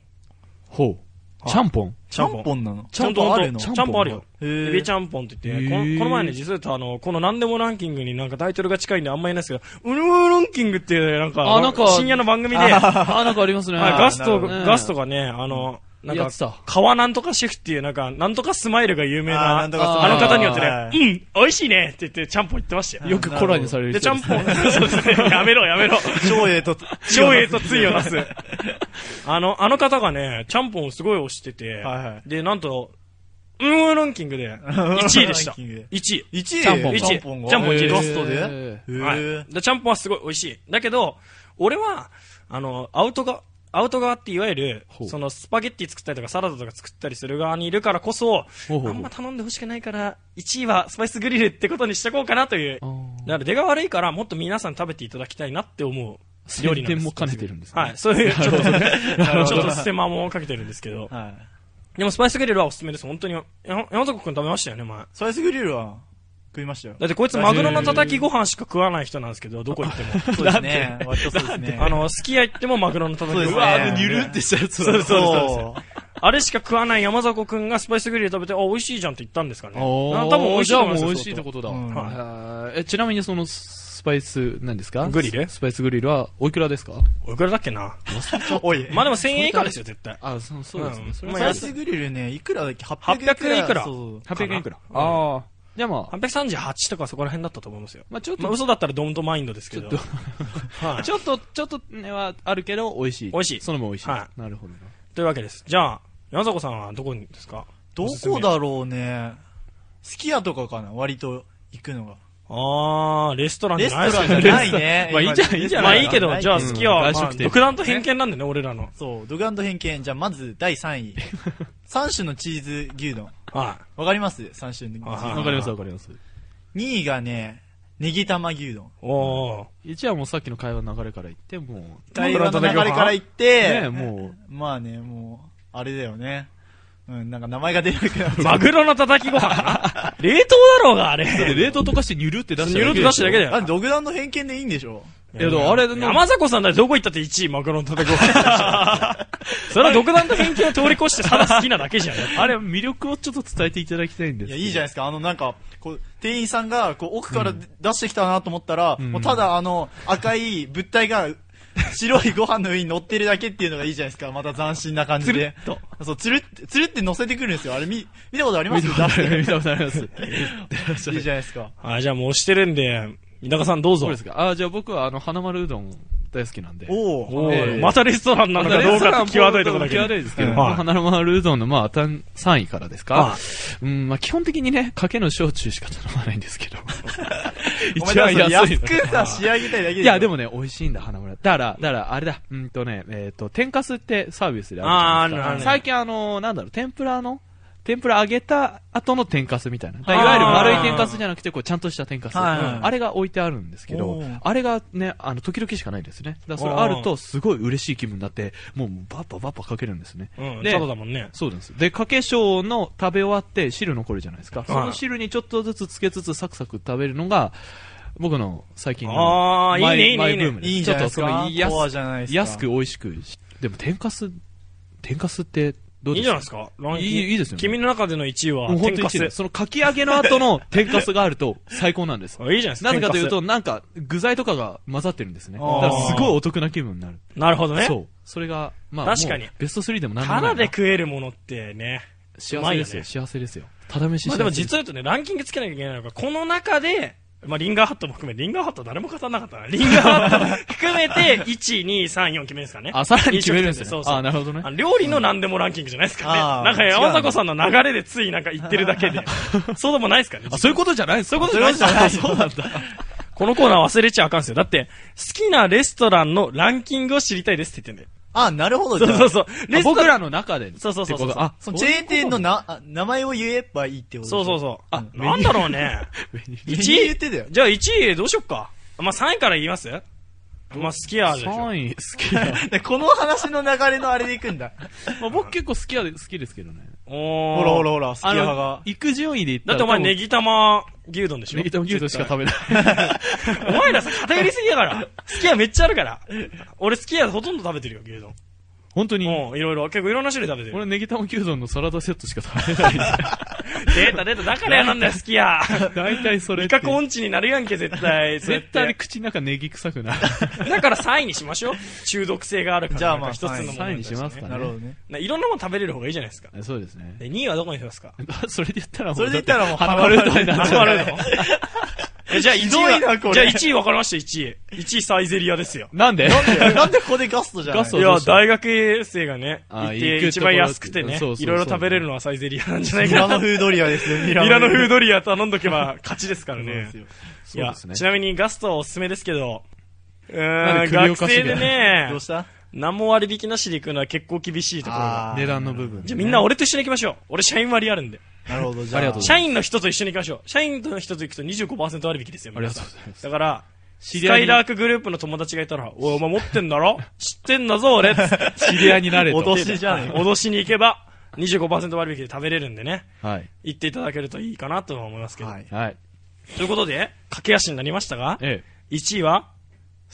Speaker 5: ほうちゃんぽ ん
Speaker 3: ちゃんぽんなのち
Speaker 1: ちゃんと
Speaker 3: あるの
Speaker 1: ちゃんぽんあるよ。
Speaker 3: へ
Speaker 1: エ
Speaker 3: ー
Speaker 1: ビちゃんぽんって言って、
Speaker 5: へー
Speaker 1: このこの前ね、実は言うとあの、このなんでもランキングになんかタイトルが近いんであんま言えないですけど、うるうランキングっていう、なんか、
Speaker 5: あなんか
Speaker 1: 深夜の番組で、はい
Speaker 5: あなんかありますね
Speaker 1: ガス
Speaker 3: なる
Speaker 1: ト、
Speaker 3: ほ
Speaker 5: どね
Speaker 1: ガストがね、あの、なん
Speaker 5: や
Speaker 1: か
Speaker 5: ってた、
Speaker 1: 川なんとかシェフっていう、なんか、なんとかスマイルが有名な、
Speaker 3: あーなんとかス
Speaker 1: あ
Speaker 3: マイル
Speaker 1: の方によって
Speaker 3: は
Speaker 1: ね、うん、美味しいねって言って、ちゃんぽん言ってましたよ。
Speaker 5: よくコラにされる
Speaker 1: で、ち
Speaker 5: 人
Speaker 1: ゃ
Speaker 5: で
Speaker 1: ん
Speaker 5: す
Speaker 1: ぽん、そうですね、やめろやめろ。
Speaker 3: 長英と、
Speaker 1: 翔英とついを出す。あの、あの方がね、ちゃんぽんをすごい推してて、
Speaker 3: はいはい
Speaker 1: で、なんと、うんうんランキングで、1位でした。
Speaker 3: ランキングで
Speaker 1: 1位。
Speaker 3: 1位
Speaker 5: ちゃんぽん
Speaker 3: ちゃんぽんが
Speaker 1: ちゃんぽん一位
Speaker 3: えー
Speaker 1: で
Speaker 3: ガ
Speaker 1: す
Speaker 3: ストで
Speaker 5: へ
Speaker 3: へー
Speaker 1: はい。で、ちゃんぽんはすごい美味しい。だけど、俺は、あの、アウトが、アウト側っていわゆる
Speaker 5: ほ、う
Speaker 1: そのスパゲッティ作ったりとかサラダとか作ったりする側にいるからこそ、
Speaker 5: ほうほうほう
Speaker 1: あんま頼んでほしくないから、1位はスパイスグリルってことにしとこうかなという。
Speaker 5: あー
Speaker 1: だから出が悪いから、もっと皆さん食べていただきたいなって思う料理
Speaker 5: 宣
Speaker 1: なんで
Speaker 5: 伝
Speaker 1: す。
Speaker 5: も兼ねてるんですね
Speaker 1: はい、そういう、ちょっと、
Speaker 3: ほど
Speaker 1: ちょっとステマもかけてるんですけど。
Speaker 3: はい。
Speaker 1: でもスパイスグリルはおすすめです、本当に。や山崎くん食べましたよね、前。
Speaker 3: スパイスグリルは食いましたよ。
Speaker 1: だってこいつマグロのたたきご飯しか食わない人なんですけど、どこ行っても。
Speaker 3: そうですね。割とそうですね。
Speaker 1: あ、の、すき家行ってもマグロのたたき
Speaker 3: そ
Speaker 1: ご
Speaker 3: う
Speaker 1: 飯。
Speaker 3: ですね。
Speaker 5: てしたやつ
Speaker 1: そうそう
Speaker 3: そ
Speaker 1: そうあれしか食わない山里くんがスパイスグリル食べて、あ、美味しいじゃんって言ったんですからね。
Speaker 5: お
Speaker 1: な
Speaker 5: ー
Speaker 1: 多分美味しい
Speaker 5: じゃ
Speaker 1: と
Speaker 5: あ
Speaker 1: 思い
Speaker 5: も
Speaker 1: ますよ
Speaker 5: う美味しいって
Speaker 1: 相当
Speaker 5: ことだ、
Speaker 3: うん
Speaker 5: はいえちなみにそのススパイス、何ですか
Speaker 1: グリル
Speaker 5: スパイスグリルは、おいくらですか
Speaker 1: おいくらだっけな
Speaker 3: おい。
Speaker 1: まあでも1000円以下ですよ、絶対。
Speaker 5: あ、そうそうですね。
Speaker 1: うん
Speaker 5: それ
Speaker 1: まあ
Speaker 3: スパ
Speaker 5: は
Speaker 3: イスグリルね、いくらだっけ ?800
Speaker 1: 800いくら
Speaker 3: そう
Speaker 5: 800円いくら。
Speaker 1: かな
Speaker 5: ああ。じゃあまあ、
Speaker 1: 838とかそこら辺だったと思いますよ。
Speaker 5: まあちょっ
Speaker 1: まあ、
Speaker 5: と、
Speaker 1: 嘘だったらドントマインドですけど。
Speaker 5: ちょっ
Speaker 1: はい。
Speaker 5: ちょっと、ちょっとねはあるけど、美味しい。
Speaker 1: 美味しい
Speaker 5: そのも美味しい。
Speaker 1: は
Speaker 5: なるほどな。。
Speaker 1: というわけです。じゃあ、山迫さんはどこにですか
Speaker 3: どこだろうね。すき家とかかな割と行くのが。
Speaker 1: あー、レストランじ
Speaker 3: レ
Speaker 1: ゃ
Speaker 3: ス
Speaker 1: ない
Speaker 3: トランじゃない
Speaker 1: ね。
Speaker 3: ね
Speaker 5: まあいいじゃんいいじゃん
Speaker 1: まあいいけど、じゃあ
Speaker 5: うん
Speaker 1: 好きは、
Speaker 5: 外
Speaker 1: まあ
Speaker 5: 食店
Speaker 1: 独断と偏見なんでね、俺らの。
Speaker 3: そう、独断と偏見。じゃあまず第3位。3種のチーズ牛丼。
Speaker 1: は
Speaker 3: わかります ?3 種のチーズ
Speaker 1: あー
Speaker 5: わかりますわかります。
Speaker 3: 2位がね、ネギ玉牛丼。
Speaker 1: い。おー。
Speaker 5: 一はもうさっきの会話の流れから言って、もう、
Speaker 3: 会話の流れから言って、
Speaker 5: ねも
Speaker 3: まあね、もう、あれだよね。うん、なんか名前が出なくな っちゃう
Speaker 1: マグロのたたきご 飯冷凍だろうが、あれ。
Speaker 5: う、だって冷凍とかしてニュルって出した
Speaker 1: ニュルっと出しただけだよ
Speaker 3: あ。れ、独断の偏見でいいんでしょ
Speaker 5: いや、でもあれの、
Speaker 1: 山迫さんだってどこ行ったって1位マグロのたたきご 飯。それは独断と偏見を通り越してただ好きなだけじゃん。
Speaker 5: あれ魅力をちょっと伝えていただきたいんで
Speaker 3: い
Speaker 5: すけ
Speaker 3: や、
Speaker 5: ど。
Speaker 3: いいじゃないですか。あの、なんか、こう、店員さんが、こう、奥から出してきたなと思ったら、
Speaker 5: ん
Speaker 3: もうただ、あの、赤い物体が、白いご飯の上に乗ってるだけっていうのがいいじゃないですか。また斬新な感じで。
Speaker 5: つるっ
Speaker 3: そう、つるって、つるって乗せてくるんですよ。あれ、見、見たことありま
Speaker 5: 見
Speaker 3: す出
Speaker 5: たことあ
Speaker 3: して
Speaker 5: る、見
Speaker 3: る
Speaker 5: たことあります。
Speaker 3: いいじゃない ですか。
Speaker 1: あ、じゃあもう押してるんで、田中さんどう
Speaker 5: そ
Speaker 1: ぞ
Speaker 5: うで。すか。あ、じゃあ僕はあの、花丸うどん大好きなんで。
Speaker 3: おー
Speaker 1: おー
Speaker 5: ええ
Speaker 1: またレストランなのかどうかって際どいところだけど。
Speaker 5: 際どいですけど、
Speaker 1: はい
Speaker 5: まあ花丸うどんのまあ、単3位からです
Speaker 1: あ
Speaker 5: か。うん、まあ基本的にね、かけの焼酎しか頼まないんですけど。
Speaker 3: お前だから
Speaker 5: 一番安い
Speaker 3: 安
Speaker 5: の。
Speaker 3: くさ、仕上げたいだけで
Speaker 5: いや、で
Speaker 3: も、
Speaker 5: もね、美味しいんだ、花村。だから、だから、あれだ、うんとね、えっ、と、天かすってサービスであるじゃ
Speaker 1: あーあ
Speaker 5: な
Speaker 1: る
Speaker 5: いで
Speaker 1: ね
Speaker 5: すか。最近あの、なんだろう、天ぷらの、天ぷら揚げた後の天かすみたいな。だか
Speaker 1: あー
Speaker 5: らいわゆる丸い天かすじゃなくて、こう、ちゃんとした天かす。
Speaker 3: はいはいはい
Speaker 5: あれが置いてあるんですけ
Speaker 3: お
Speaker 5: ど
Speaker 3: ー、
Speaker 5: あれがね、あの、時々しかないんですね。だからそれあると、すごい嬉しい気分になって、もう、バッパバッパかけるんですね。
Speaker 1: うん、
Speaker 5: で
Speaker 1: ただだもんね。
Speaker 5: そうなんです。で、かけしょうの食べ終わって汁残るじゃないですか。その汁にちょっとずつつけつつサクサク食べるのが、僕の最近の
Speaker 1: あー
Speaker 5: マイ
Speaker 1: いいね
Speaker 5: マイ
Speaker 1: いいね
Speaker 5: ブームです。
Speaker 3: いいんじゃないです
Speaker 5: ちょっとそ
Speaker 3: か
Speaker 5: の。安
Speaker 3: コアじゃないですか。
Speaker 5: 安く美味しくし。でも天かす、天かすってどう
Speaker 1: いいじ
Speaker 5: ですか
Speaker 1: ゃないですか。ランキング
Speaker 5: いいいいですよね
Speaker 1: 君の中での1位は
Speaker 5: もう、本
Speaker 1: 天
Speaker 5: 当
Speaker 1: か
Speaker 5: に
Speaker 1: す。
Speaker 5: 一
Speaker 1: い
Speaker 5: 年そのかき揚げの後の天かすがあると 最高なんです。
Speaker 1: いじゃないですか。
Speaker 5: なぜかという
Speaker 1: 天
Speaker 5: と、なんか具材とかが混ざってるんですね。だ
Speaker 3: あー
Speaker 5: からすごいお得な気分になる。
Speaker 1: す、なるほどね。
Speaker 5: そう。それが、まあ、
Speaker 1: 確かに
Speaker 5: もうベスト3でも何でも
Speaker 1: た
Speaker 5: な
Speaker 1: だ
Speaker 5: いな
Speaker 1: で食えるものってね。う
Speaker 5: 幸
Speaker 1: まい
Speaker 5: せ
Speaker 1: よ
Speaker 5: で
Speaker 1: ね
Speaker 5: すよ。幸せですよ。ただ飯幸
Speaker 1: まあ
Speaker 5: せ
Speaker 1: でも
Speaker 5: す
Speaker 1: 実は言うとね、ランキングつけなきゃいけないのが、この中で、まあリンガーハットも含め、リンガーハット誰も語らなかったな。リンガーハ ット含めて、1、2、3、4決めるんですかね。
Speaker 5: あ、さらに決めるんですね。
Speaker 1: 飲食店そうそう
Speaker 5: あ、なるほどね
Speaker 1: あ。の料理の何でもランキングじゃないですかね。
Speaker 3: あー
Speaker 1: なんか山迫さんの流れでついなんか言ってるだけ で。そうでもないですかね。
Speaker 5: あ、そういうことじゃないそういうこ
Speaker 3: じ
Speaker 5: と
Speaker 3: ゃない
Speaker 5: ですあ、そうなんだ。
Speaker 1: このコーナー忘れちゃあかんっすよ。だって、好きなレストランのランキングを知りたいですって言ってんだよ。
Speaker 3: あ、なるほど。
Speaker 1: そうそう
Speaker 3: う。
Speaker 1: そう。 レ
Speaker 5: あ
Speaker 1: スト
Speaker 5: 僕
Speaker 1: ラン、
Speaker 5: らの中で。
Speaker 1: そうそうそう
Speaker 5: ってことあ、
Speaker 3: そのチェーン店のな、あ名前を言えばいいってこと
Speaker 1: そうそう
Speaker 3: う。
Speaker 1: そう。あ、なんだろう ね。
Speaker 3: 1
Speaker 1: 1
Speaker 3: 位言
Speaker 1: 位
Speaker 3: っ、てたよ。
Speaker 1: じゃあ1位どうしよっか。まあ3位から言いますまあ好きやでしょ。ま
Speaker 5: 3位好きだ。
Speaker 3: でこの話の流れのあれでいくんだ。
Speaker 5: まあ僕結構好きやで、好きですけどね。
Speaker 1: ほ
Speaker 3: ほらほらほら、好き
Speaker 5: あ
Speaker 3: 派
Speaker 5: の
Speaker 3: が、。
Speaker 5: 行く順位で言っ
Speaker 1: だ
Speaker 5: たら。
Speaker 1: ってお前
Speaker 5: 多分
Speaker 1: ネギ玉牛丼でしょ
Speaker 5: ネギ玉牛丼しか食べない。
Speaker 1: お前らさ、偏りすぎや から。好きやめっちゃあるから。俺好きやほとんど食べてるよ、牛丼。
Speaker 5: 本当に。
Speaker 1: うん、いろいろ。結構いろんな種類食べてる。
Speaker 5: 俺ネギ玉牛丼のサラダセットしか食べないんで。
Speaker 1: データデータだからやなんだよ、好き や。
Speaker 5: 大体それ
Speaker 1: 味
Speaker 5: って。
Speaker 1: 覚音痴になるやんけ、絶 対。そうやって
Speaker 5: 絶対に口の中ネギ臭くなる。
Speaker 1: だから3位にしましょう。中毒性があるから。
Speaker 3: じゃあまあ
Speaker 1: なんか一つのもの
Speaker 5: 3位にしますかね。
Speaker 3: なるほどね。
Speaker 1: ね。いろんなもの食べれる方がいいじゃないですか。
Speaker 5: えそうですね。
Speaker 1: で、2位はどこにしますか
Speaker 5: それで言ったらもう。
Speaker 3: それで言ったらもう
Speaker 5: 花丸うどんになっ
Speaker 1: あ
Speaker 5: ちゃ
Speaker 1: そう
Speaker 5: う。
Speaker 1: なるの えじゃあ1位
Speaker 3: ひどいなこ
Speaker 1: は、じ
Speaker 3: れ
Speaker 1: ゃあ1位分かりました、1位。1位サイゼリアですよ。
Speaker 5: なんで
Speaker 3: なんで、なんでここでガストじゃない
Speaker 5: ガス
Speaker 1: い
Speaker 5: トど
Speaker 1: や
Speaker 5: う、した
Speaker 1: 大学生がね、
Speaker 5: あ
Speaker 1: 行っ
Speaker 5: 行
Speaker 1: て
Speaker 5: く
Speaker 1: 一番安くてね
Speaker 5: ところ、って
Speaker 1: い
Speaker 5: そうそうそう
Speaker 1: ろいろ食べれるのはサイゼリアなんじゃない
Speaker 3: ミ
Speaker 1: か
Speaker 3: ラ
Speaker 1: な。
Speaker 3: ノ
Speaker 1: ミ
Speaker 3: フードリアですよ、ミ
Speaker 1: ラノフ
Speaker 3: ド
Speaker 1: ードリア頼んどけ ば勝ちですからね
Speaker 3: です。よ
Speaker 1: い
Speaker 5: そう
Speaker 1: や
Speaker 5: ですね、
Speaker 1: ち。なみにガストはおすすめですけど、うー
Speaker 5: なん
Speaker 1: ん、
Speaker 5: で首を
Speaker 1: 学
Speaker 5: かしげ
Speaker 1: 生でね
Speaker 3: どう、した
Speaker 1: 何も割引なしで行くのは結構厳しいところが。
Speaker 5: 値段の部分。
Speaker 1: じゃあみんな俺と一緒に行きましょう。俺社員割あるんで。
Speaker 3: なるほど、じゃあ。
Speaker 5: ありがとうござい
Speaker 1: 社員の人と一緒に行きましょう。社員の人と行くと25%割引ですよ、
Speaker 5: あり
Speaker 1: 皆
Speaker 5: が
Speaker 1: さ
Speaker 5: と
Speaker 1: ん
Speaker 5: うございます。
Speaker 1: だから、
Speaker 5: 知
Speaker 1: スカイラークグループの友達がいたら、おい、お前持ってんだろ 知ってんだぞ、俺。
Speaker 5: 知り合いになれと。
Speaker 3: 脅しじゃねえか
Speaker 1: 脅しに行けば、25%割引で食べれるんでね、
Speaker 5: はい。
Speaker 1: 行っていただけるといいかなとは思いますけど。
Speaker 3: はい。
Speaker 5: はい。
Speaker 1: ということで、駆け足になりましたが、
Speaker 5: え
Speaker 1: 1位は、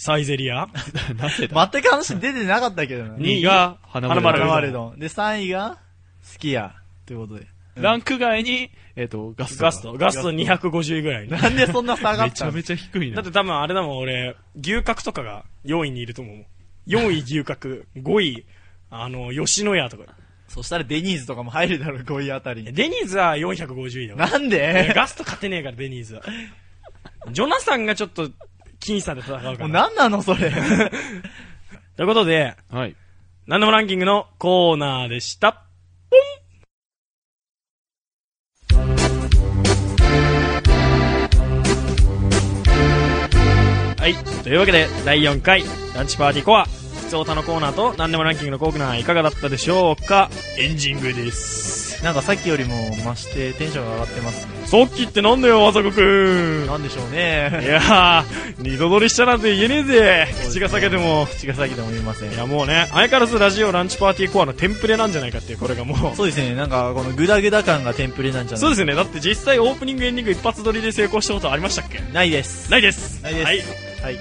Speaker 1: サイゼリア。
Speaker 5: え。なぜだ
Speaker 3: 全く話出てなかったけどな。
Speaker 1: に
Speaker 5: 2が花丸
Speaker 1: 花丸
Speaker 3: ラノワルドン。で、3位が、スキヤ。ということで。
Speaker 5: ランク外に、えっ、と、ガストが
Speaker 1: ガスト、ガスト250位ぐらいに。
Speaker 3: なんでそんな下が
Speaker 5: め
Speaker 3: っ
Speaker 5: ち
Speaker 3: た
Speaker 5: ゃ
Speaker 3: の
Speaker 5: めちゃ低い
Speaker 1: だ
Speaker 5: な
Speaker 1: っ。て多分あれだもん、俺、牛角とかが4位にいると思うもん。4位牛角、5位、あの、吉野家とか。
Speaker 3: そしたらデニーズとかも入るだろ、5位あたりに。
Speaker 1: デニーズは450位だわ。
Speaker 3: なん
Speaker 1: いや
Speaker 3: で
Speaker 1: ガスト勝てねえから、デニーズは。ジョナサンがちょっと、僅差で戦うか
Speaker 3: もう
Speaker 1: ら。
Speaker 3: なんなのそれ。
Speaker 1: ということで、
Speaker 5: はい。
Speaker 1: なんでもランキングのコーナーでした。ポンはい。というわけで、第4回、ランチパーティーコア、普通オタのコーナーと、なんでもランキングのコーナーいかがだったでしょうかエンジングです。
Speaker 3: なんかさっきよりも増してテンションが上がってますね。
Speaker 1: さっきってなんだよ、あさこくん。
Speaker 3: なんでしょう
Speaker 1: い
Speaker 3: ね。
Speaker 1: やー、二度撮りしたなんて言えねえぜ。口が裂けても。
Speaker 3: 口が先でも言えません
Speaker 1: い。やもうね、相変わらずラジオランチパーティーコアのテンプレなんじゃないかっていう、これがもう。
Speaker 3: そうですね、なんかこのグダグダ感がテンプレなんじゃな
Speaker 1: そう
Speaker 3: い
Speaker 1: ですよね。だって実際オープニングエンディング一発撮りで成功したことありましたっけ
Speaker 3: ないです。
Speaker 1: ないです。
Speaker 3: ないです
Speaker 1: はい。
Speaker 3: はい。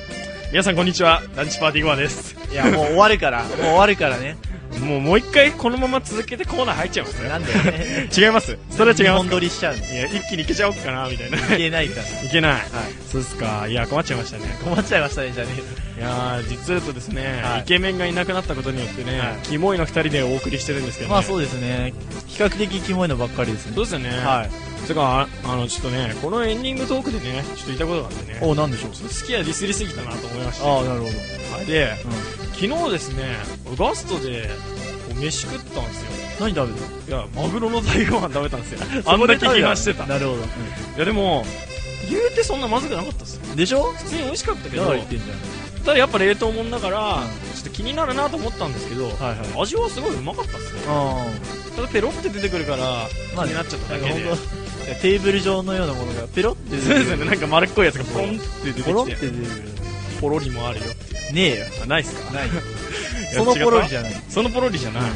Speaker 1: 皆さんこんにちは。ランチパーティーゴアです。
Speaker 3: いや、もう終わるから、もう終わるからね。
Speaker 1: もうもう一回このまま続けてコーナー入っちゃいますね。
Speaker 3: なんだよね。
Speaker 1: 違います。 それは違いま
Speaker 3: 本
Speaker 1: す
Speaker 3: 撮
Speaker 1: か。
Speaker 3: りしちゃうの。い
Speaker 1: いや、一気にいけちゃおうかな、みたいな。い
Speaker 3: けないから。
Speaker 1: けない。
Speaker 3: はい。
Speaker 1: そうですか。いや、困っちゃいましたね。
Speaker 3: 困っちゃいましたね、じゃね
Speaker 1: いやー、実は言うとですね、
Speaker 3: はい
Speaker 1: イケメンがいなくなったことによってね、
Speaker 3: はい
Speaker 1: キモいの二人でお送りしてるんですけ
Speaker 3: え
Speaker 1: ど、ね。
Speaker 3: まあそうですね。比較的キモいのばっかりです
Speaker 1: そ
Speaker 3: ね
Speaker 1: う。ですよね。
Speaker 3: はい。
Speaker 1: てか、ああの、ちょっとね、このエンディングトークでね、ちょっと言いたことがあってね、
Speaker 3: お、なんでしょう
Speaker 1: 好きはディスりすぎたなと思いまし
Speaker 3: ああ、なるほど。
Speaker 1: た。で、
Speaker 3: うん。
Speaker 1: 昨日ですね、ガストで、こう飯食ったんです
Speaker 3: 何食べて
Speaker 1: よ。いや、マグロの大ご飯食べたんです よ。あんだけ気がしてた。い
Speaker 3: なるほど。
Speaker 1: や、でも、言うてそんなまずくなかったですよ。
Speaker 3: でしょ
Speaker 1: 普通に美味しかったけ
Speaker 3: だ
Speaker 1: ど、
Speaker 3: から言ってんじゃん。
Speaker 1: ただやっぱ冷凍もんだから、ちょっと気になるなと思ったんですけど、
Speaker 3: はいはい。
Speaker 1: 味はすごいうまかったっすね。
Speaker 3: あ
Speaker 1: ただペロって出てくるから、
Speaker 3: あ。まあ
Speaker 1: 気にな
Speaker 3: ね、なん
Speaker 1: っ
Speaker 3: か
Speaker 1: ちゃっただけで。
Speaker 3: ほんと、テーブル状のようなものがペロって出て
Speaker 1: そう
Speaker 3: く
Speaker 1: で
Speaker 3: る
Speaker 1: すよね、なんか丸っこいやつがポンって出て
Speaker 3: ポロ
Speaker 1: き
Speaker 3: って
Speaker 1: て
Speaker 3: 出、てる。
Speaker 1: ポロリもあるよ。
Speaker 3: ねえよ。
Speaker 1: あ、ないっすか
Speaker 3: ない。
Speaker 1: いや
Speaker 3: そのポロリ
Speaker 1: 違
Speaker 3: じゃない。
Speaker 1: ったそのポロリじゃない。い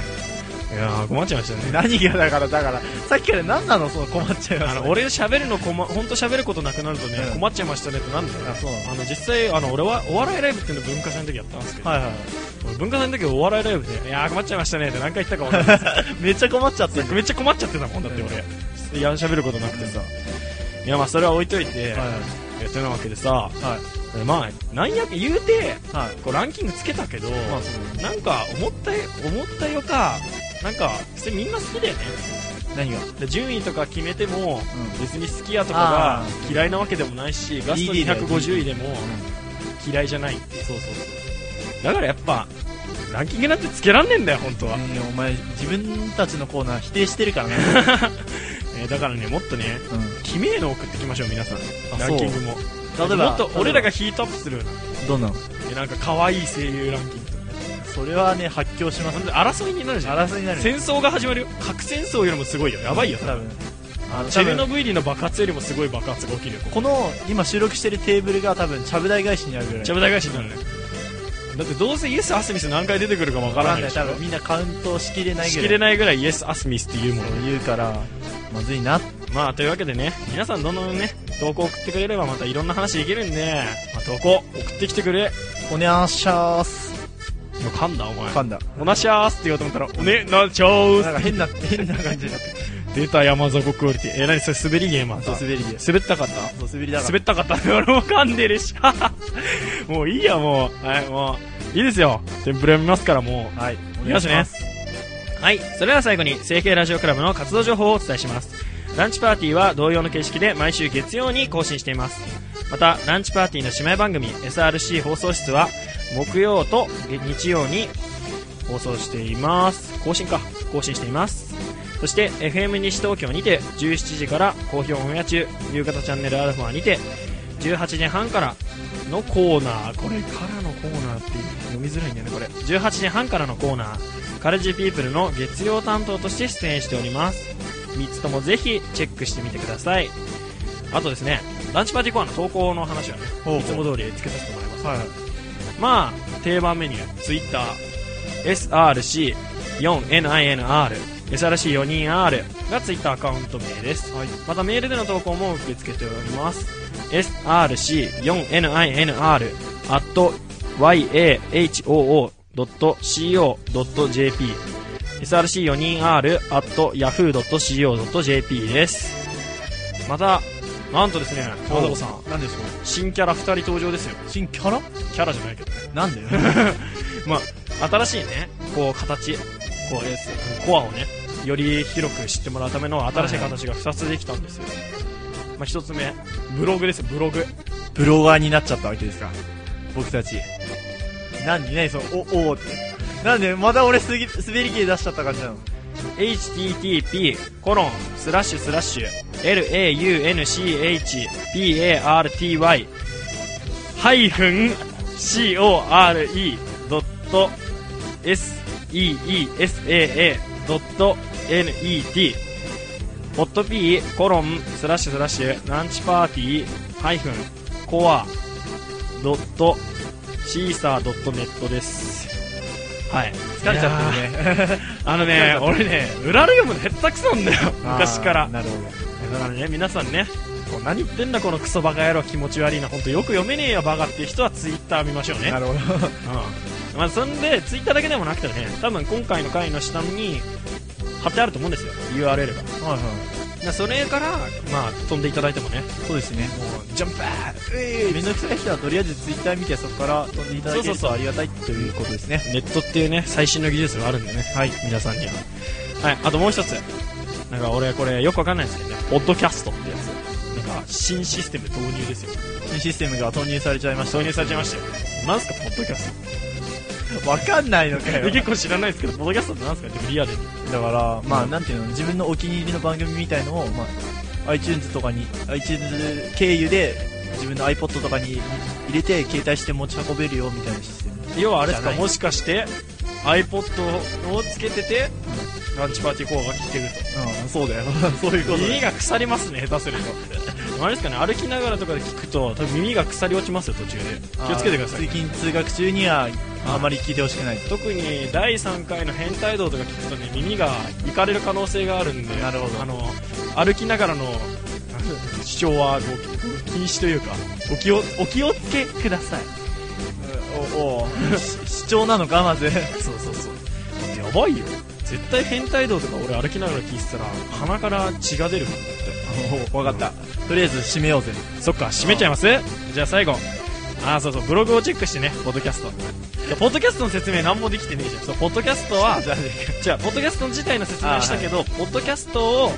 Speaker 1: やー、困っちゃいましたね。
Speaker 3: 何がだから、だから、さっきから何なのその困っちゃいま
Speaker 1: あ
Speaker 3: す
Speaker 1: の、俺喋るの困、ほんと喋ることなくなるとね、
Speaker 3: うん
Speaker 1: 困っちゃいましたねってなんだよ。
Speaker 3: あ、そうなの
Speaker 1: あの、実際、あの、俺はお笑いライブっていうのを文化祭の時やったんですけど、
Speaker 3: はいはい。
Speaker 1: 俺文化祭の時お笑いライブで、いやー困っちゃいましたねって何回言ったか分かんない。
Speaker 3: めっちゃ困っちゃってる。
Speaker 1: めっちゃ困っちゃってたもんだって俺。いや、喋ることなくてさ。いや、まあそれは置いといて、
Speaker 3: はい
Speaker 1: やってなわけでさ、
Speaker 3: はい。
Speaker 1: まあ、なんやか言うて、
Speaker 3: はい。
Speaker 1: こうランキングつけたけど、
Speaker 3: まあそうですね。
Speaker 1: なんか思ったよ思ったよかなんか普通みんな好きだよね
Speaker 3: 何が
Speaker 1: で順位とか決めても、
Speaker 3: うん
Speaker 1: 別に好きやとか
Speaker 3: あ
Speaker 1: が嫌いなわけでもないしガスト
Speaker 3: DD だよ
Speaker 1: 250位でも嫌いじゃないってそうそうそうだからやっぱランキングなんてつけらんねえんだよ本当は、
Speaker 3: うんお前、自分たちのコーナー否定してるからね。
Speaker 1: えーだからねもっとね
Speaker 3: うん。
Speaker 1: 決めえの送ってきましょう皆さん
Speaker 3: あ
Speaker 1: ランキングも
Speaker 3: 例え
Speaker 1: も
Speaker 3: ば
Speaker 1: っと俺らがヒートアップするような
Speaker 3: どんなの
Speaker 1: えなんか可愛い声優ランキングとか
Speaker 3: それはね発狂します
Speaker 1: 本当に争いになるじゃん
Speaker 3: 争いになる
Speaker 1: 戦争が始まるよ核戦争よりもすごいよやばいよ多分
Speaker 3: 多分あの
Speaker 1: チェ
Speaker 3: 多
Speaker 1: ルノ
Speaker 3: 分
Speaker 1: ブイリの爆発よりもすごい爆発が起きるよ、ここ。
Speaker 3: この今収録してるテーブルが多分ちゃぶ台返しにあるぐらい
Speaker 1: ちゃぶ台返しになるね。だってどうせイエス・アスミス何回出てくるかわから
Speaker 3: わか
Speaker 1: なんい
Speaker 3: ない
Speaker 1: でし
Speaker 3: 多
Speaker 1: ょ。
Speaker 3: 分みんなカウントしきれない
Speaker 1: し
Speaker 3: ぐらい
Speaker 1: きれないぐらいイエス・アスミスっていうもの
Speaker 3: そ。う言うからまずいな
Speaker 1: まあというわけでね、皆さんどんどんね、投稿送ってくれればまたいろんな話できるんで、まあ、投稿送ってきてくれ。
Speaker 3: おにゃーしゃーす
Speaker 1: 今噛んだお前
Speaker 3: 噛。んだ
Speaker 1: おなしゃーすって言おうと思ったら、おね、なちゃー
Speaker 3: なんか変な変な感じになって
Speaker 1: す。出た山底クオリティ。え、なにそれ滑りゲーマー
Speaker 3: そう
Speaker 1: さ。
Speaker 3: 滑りです
Speaker 1: 滑ったかった
Speaker 3: そう滑りだか ら
Speaker 1: 滑ったかったって俺も噛んでるし。 もういいや、もう。はい、もう。いいですよ。テンプレ見ますから、もう。
Speaker 3: はいお
Speaker 1: いきますはい、それでは最後に成形ラジオクラブの活動情報をお伝えしますランチパーティーは同様の形式で毎週月曜に更新していますまたランチパーティーの姉妹番組 SRC 放送室は木曜と日曜に放送しています更新か更新していますそして FM 西東京にて17時から好評オンエア中夕方チャンネルアルファにて18時半からのコーナーこれからのコーナーって読みづらいんだよねこれ18時半からのコーナーカレッジピープルの月曜担当として出演しております3つともぜひチェックしてみてくださいあとですねランチパーティーコアの投稿の話はね
Speaker 3: ほうほう
Speaker 1: いつも通りつけさせてもらいます
Speaker 3: はい
Speaker 1: まあ定番メニュー TwitterSRC4NINR SRC4 人 R が Twitter アカウント名です、またメールでの投稿も受け付けております SRC4NINR at YAHOO.co.jp src4人r.yahoo.co.jp です。また、なんとですね、マダコさん、
Speaker 3: なんでしょ
Speaker 1: 新キャラ2人登場ですよ。
Speaker 3: う新キャラ
Speaker 1: キャラじゃないけどね。
Speaker 3: なんで
Speaker 1: まあ、新しいね、こう、形、こう、えーコアをね、より広く知ってもらうための新しい形が2つできたんですよ。まあ、1つ目、ブログですよ、ブログ。
Speaker 3: ブロガーになっちゃったわけですか僕たち。何何その、お、おーって。なんで、まだ俺すぎ、滑り切れ出しちゃった感じなの
Speaker 1: http コロンスラッシュスラッシュ launchparty ハイフン core.seesaa.net ポット p コロンスラッシュスラッシュランチパーティーハイフンコアドットシーサー .net ですはい疲
Speaker 3: 疲れちゃってるね。
Speaker 1: あの ね、俺ね、裏の読むの下手くそなんだよ、昔から。
Speaker 3: あー
Speaker 1: だ
Speaker 3: なるほど。
Speaker 1: からね、皆さんね、こう何言ってんだこのクソバカ野郎気持ち悪いな、本当よく読めねえよバカっていう人はツイッター見ましょうね。
Speaker 3: な るほど。
Speaker 1: うん。まあ、そんで、ツイッターだけでもなくてね、多分今回の回の下に貼ってあると思うんですよ、URL が。
Speaker 3: はいはい。
Speaker 1: でそれから、まあ、飛んでいただいてもね、
Speaker 3: そうですね。
Speaker 1: もう、ジャンパー
Speaker 3: めんどくさい人はとりあえずツイッター見てそこから飛んでいただけ
Speaker 1: そう
Speaker 3: る
Speaker 1: そうそう
Speaker 3: とありがたいということですね。
Speaker 1: ネットっていうね、最新の技術があるんでね、はい、皆さんには。はい、あともう一つ。なんか俺、これよくわかんないんですけどね、ポッドキャストってやつ。なんか、新システム導入ですよ。
Speaker 3: 新システムが投入されちゃいました。
Speaker 1: 導入されちゃいましたよ。なんすか、ポッドキャスト
Speaker 3: わかんないのか
Speaker 1: え
Speaker 3: よ。
Speaker 1: 結構知らないですけど、ポッドキャストってなんすかってリアルに。
Speaker 3: だから、まあ、
Speaker 1: うん
Speaker 3: なんていうの、自分のお気に入りの番組みたいのを、まあ、iTunes とかに、iTunes 経由で、自分の iPod とかに入れて、携帯して持ち運べるよ、みたいなシステム。
Speaker 1: 要はあれです
Speaker 3: じゃ
Speaker 1: か、
Speaker 3: ない
Speaker 1: もしかして、iPod をつけてて、ランチパーティー4が聴ける。
Speaker 3: うん、そうだよ。そういうこととだ
Speaker 1: 耳
Speaker 3: よ。
Speaker 1: が腐りますね、下手する と。あれですかね、歩きながらとかで聞くと、多分耳が腐り落ちますよ、途中で。気をつけてください
Speaker 3: 通。勤通学中には、あまり聞いてほしくない。
Speaker 1: 特に第3回の変態道とか聞くとね耳がいかれる可能性があるんで
Speaker 3: なるほど
Speaker 1: あの歩きながらの視聴はご禁止というかお気をお気をつけください
Speaker 3: お、お、 視聴なのか、まず。
Speaker 1: そうそうそうやばいよ絶対変態道とか俺歩きながら聞いてたら鼻から血が出るもんだっ
Speaker 3: わかった。とりあえず締めようぜ。
Speaker 1: てそっか閉めちゃいますじゃあ最後ああそうそうブログをチェックしてねポッドキャストいやポッドキャストの説明何もできてねえじゃんそうポッドキャストは
Speaker 3: じゃあね
Speaker 1: じゃあ、ポッドキャスト自体の説明をしたけど、ポッドキャストを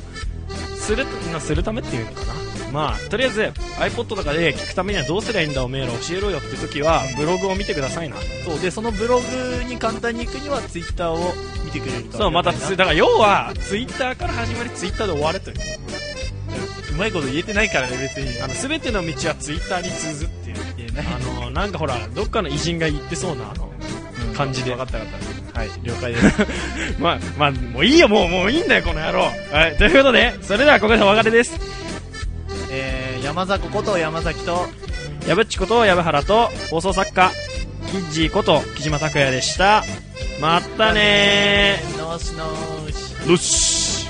Speaker 1: する、まあするためっていうのかな。まあ、とりあえず、iPod とかで聞くためにはどうすりゃいいんだおメール教えろよって時は、ブログを見てくださいな。
Speaker 3: そう、で、そのブログに簡単に行くには、ツイッターを見てくれると。
Speaker 1: そう、またつ、
Speaker 3: ツ
Speaker 1: だから要は、ツイッターから始まり、ツイッターで終わるという。
Speaker 3: うまいこと言えてないからね、別に。
Speaker 1: あの、すべての道はツイッターに通ずっていう。
Speaker 3: 言えない。
Speaker 1: あの、なんかほら、どっかの偉人が言ってそうな、あの、 感じで。
Speaker 3: わかったわかった。はい、了解です。
Speaker 1: まあ、まあ、もういいよ、もう、もういいんだよ、この野郎。はい、ということで、それではここでお別れです。
Speaker 3: えー、山迫こと山崎と、
Speaker 1: やぶっちことやぶはらと放送作家キッジーこと木島拓哉でしたまったね
Speaker 3: のーしのーし。
Speaker 1: ーよし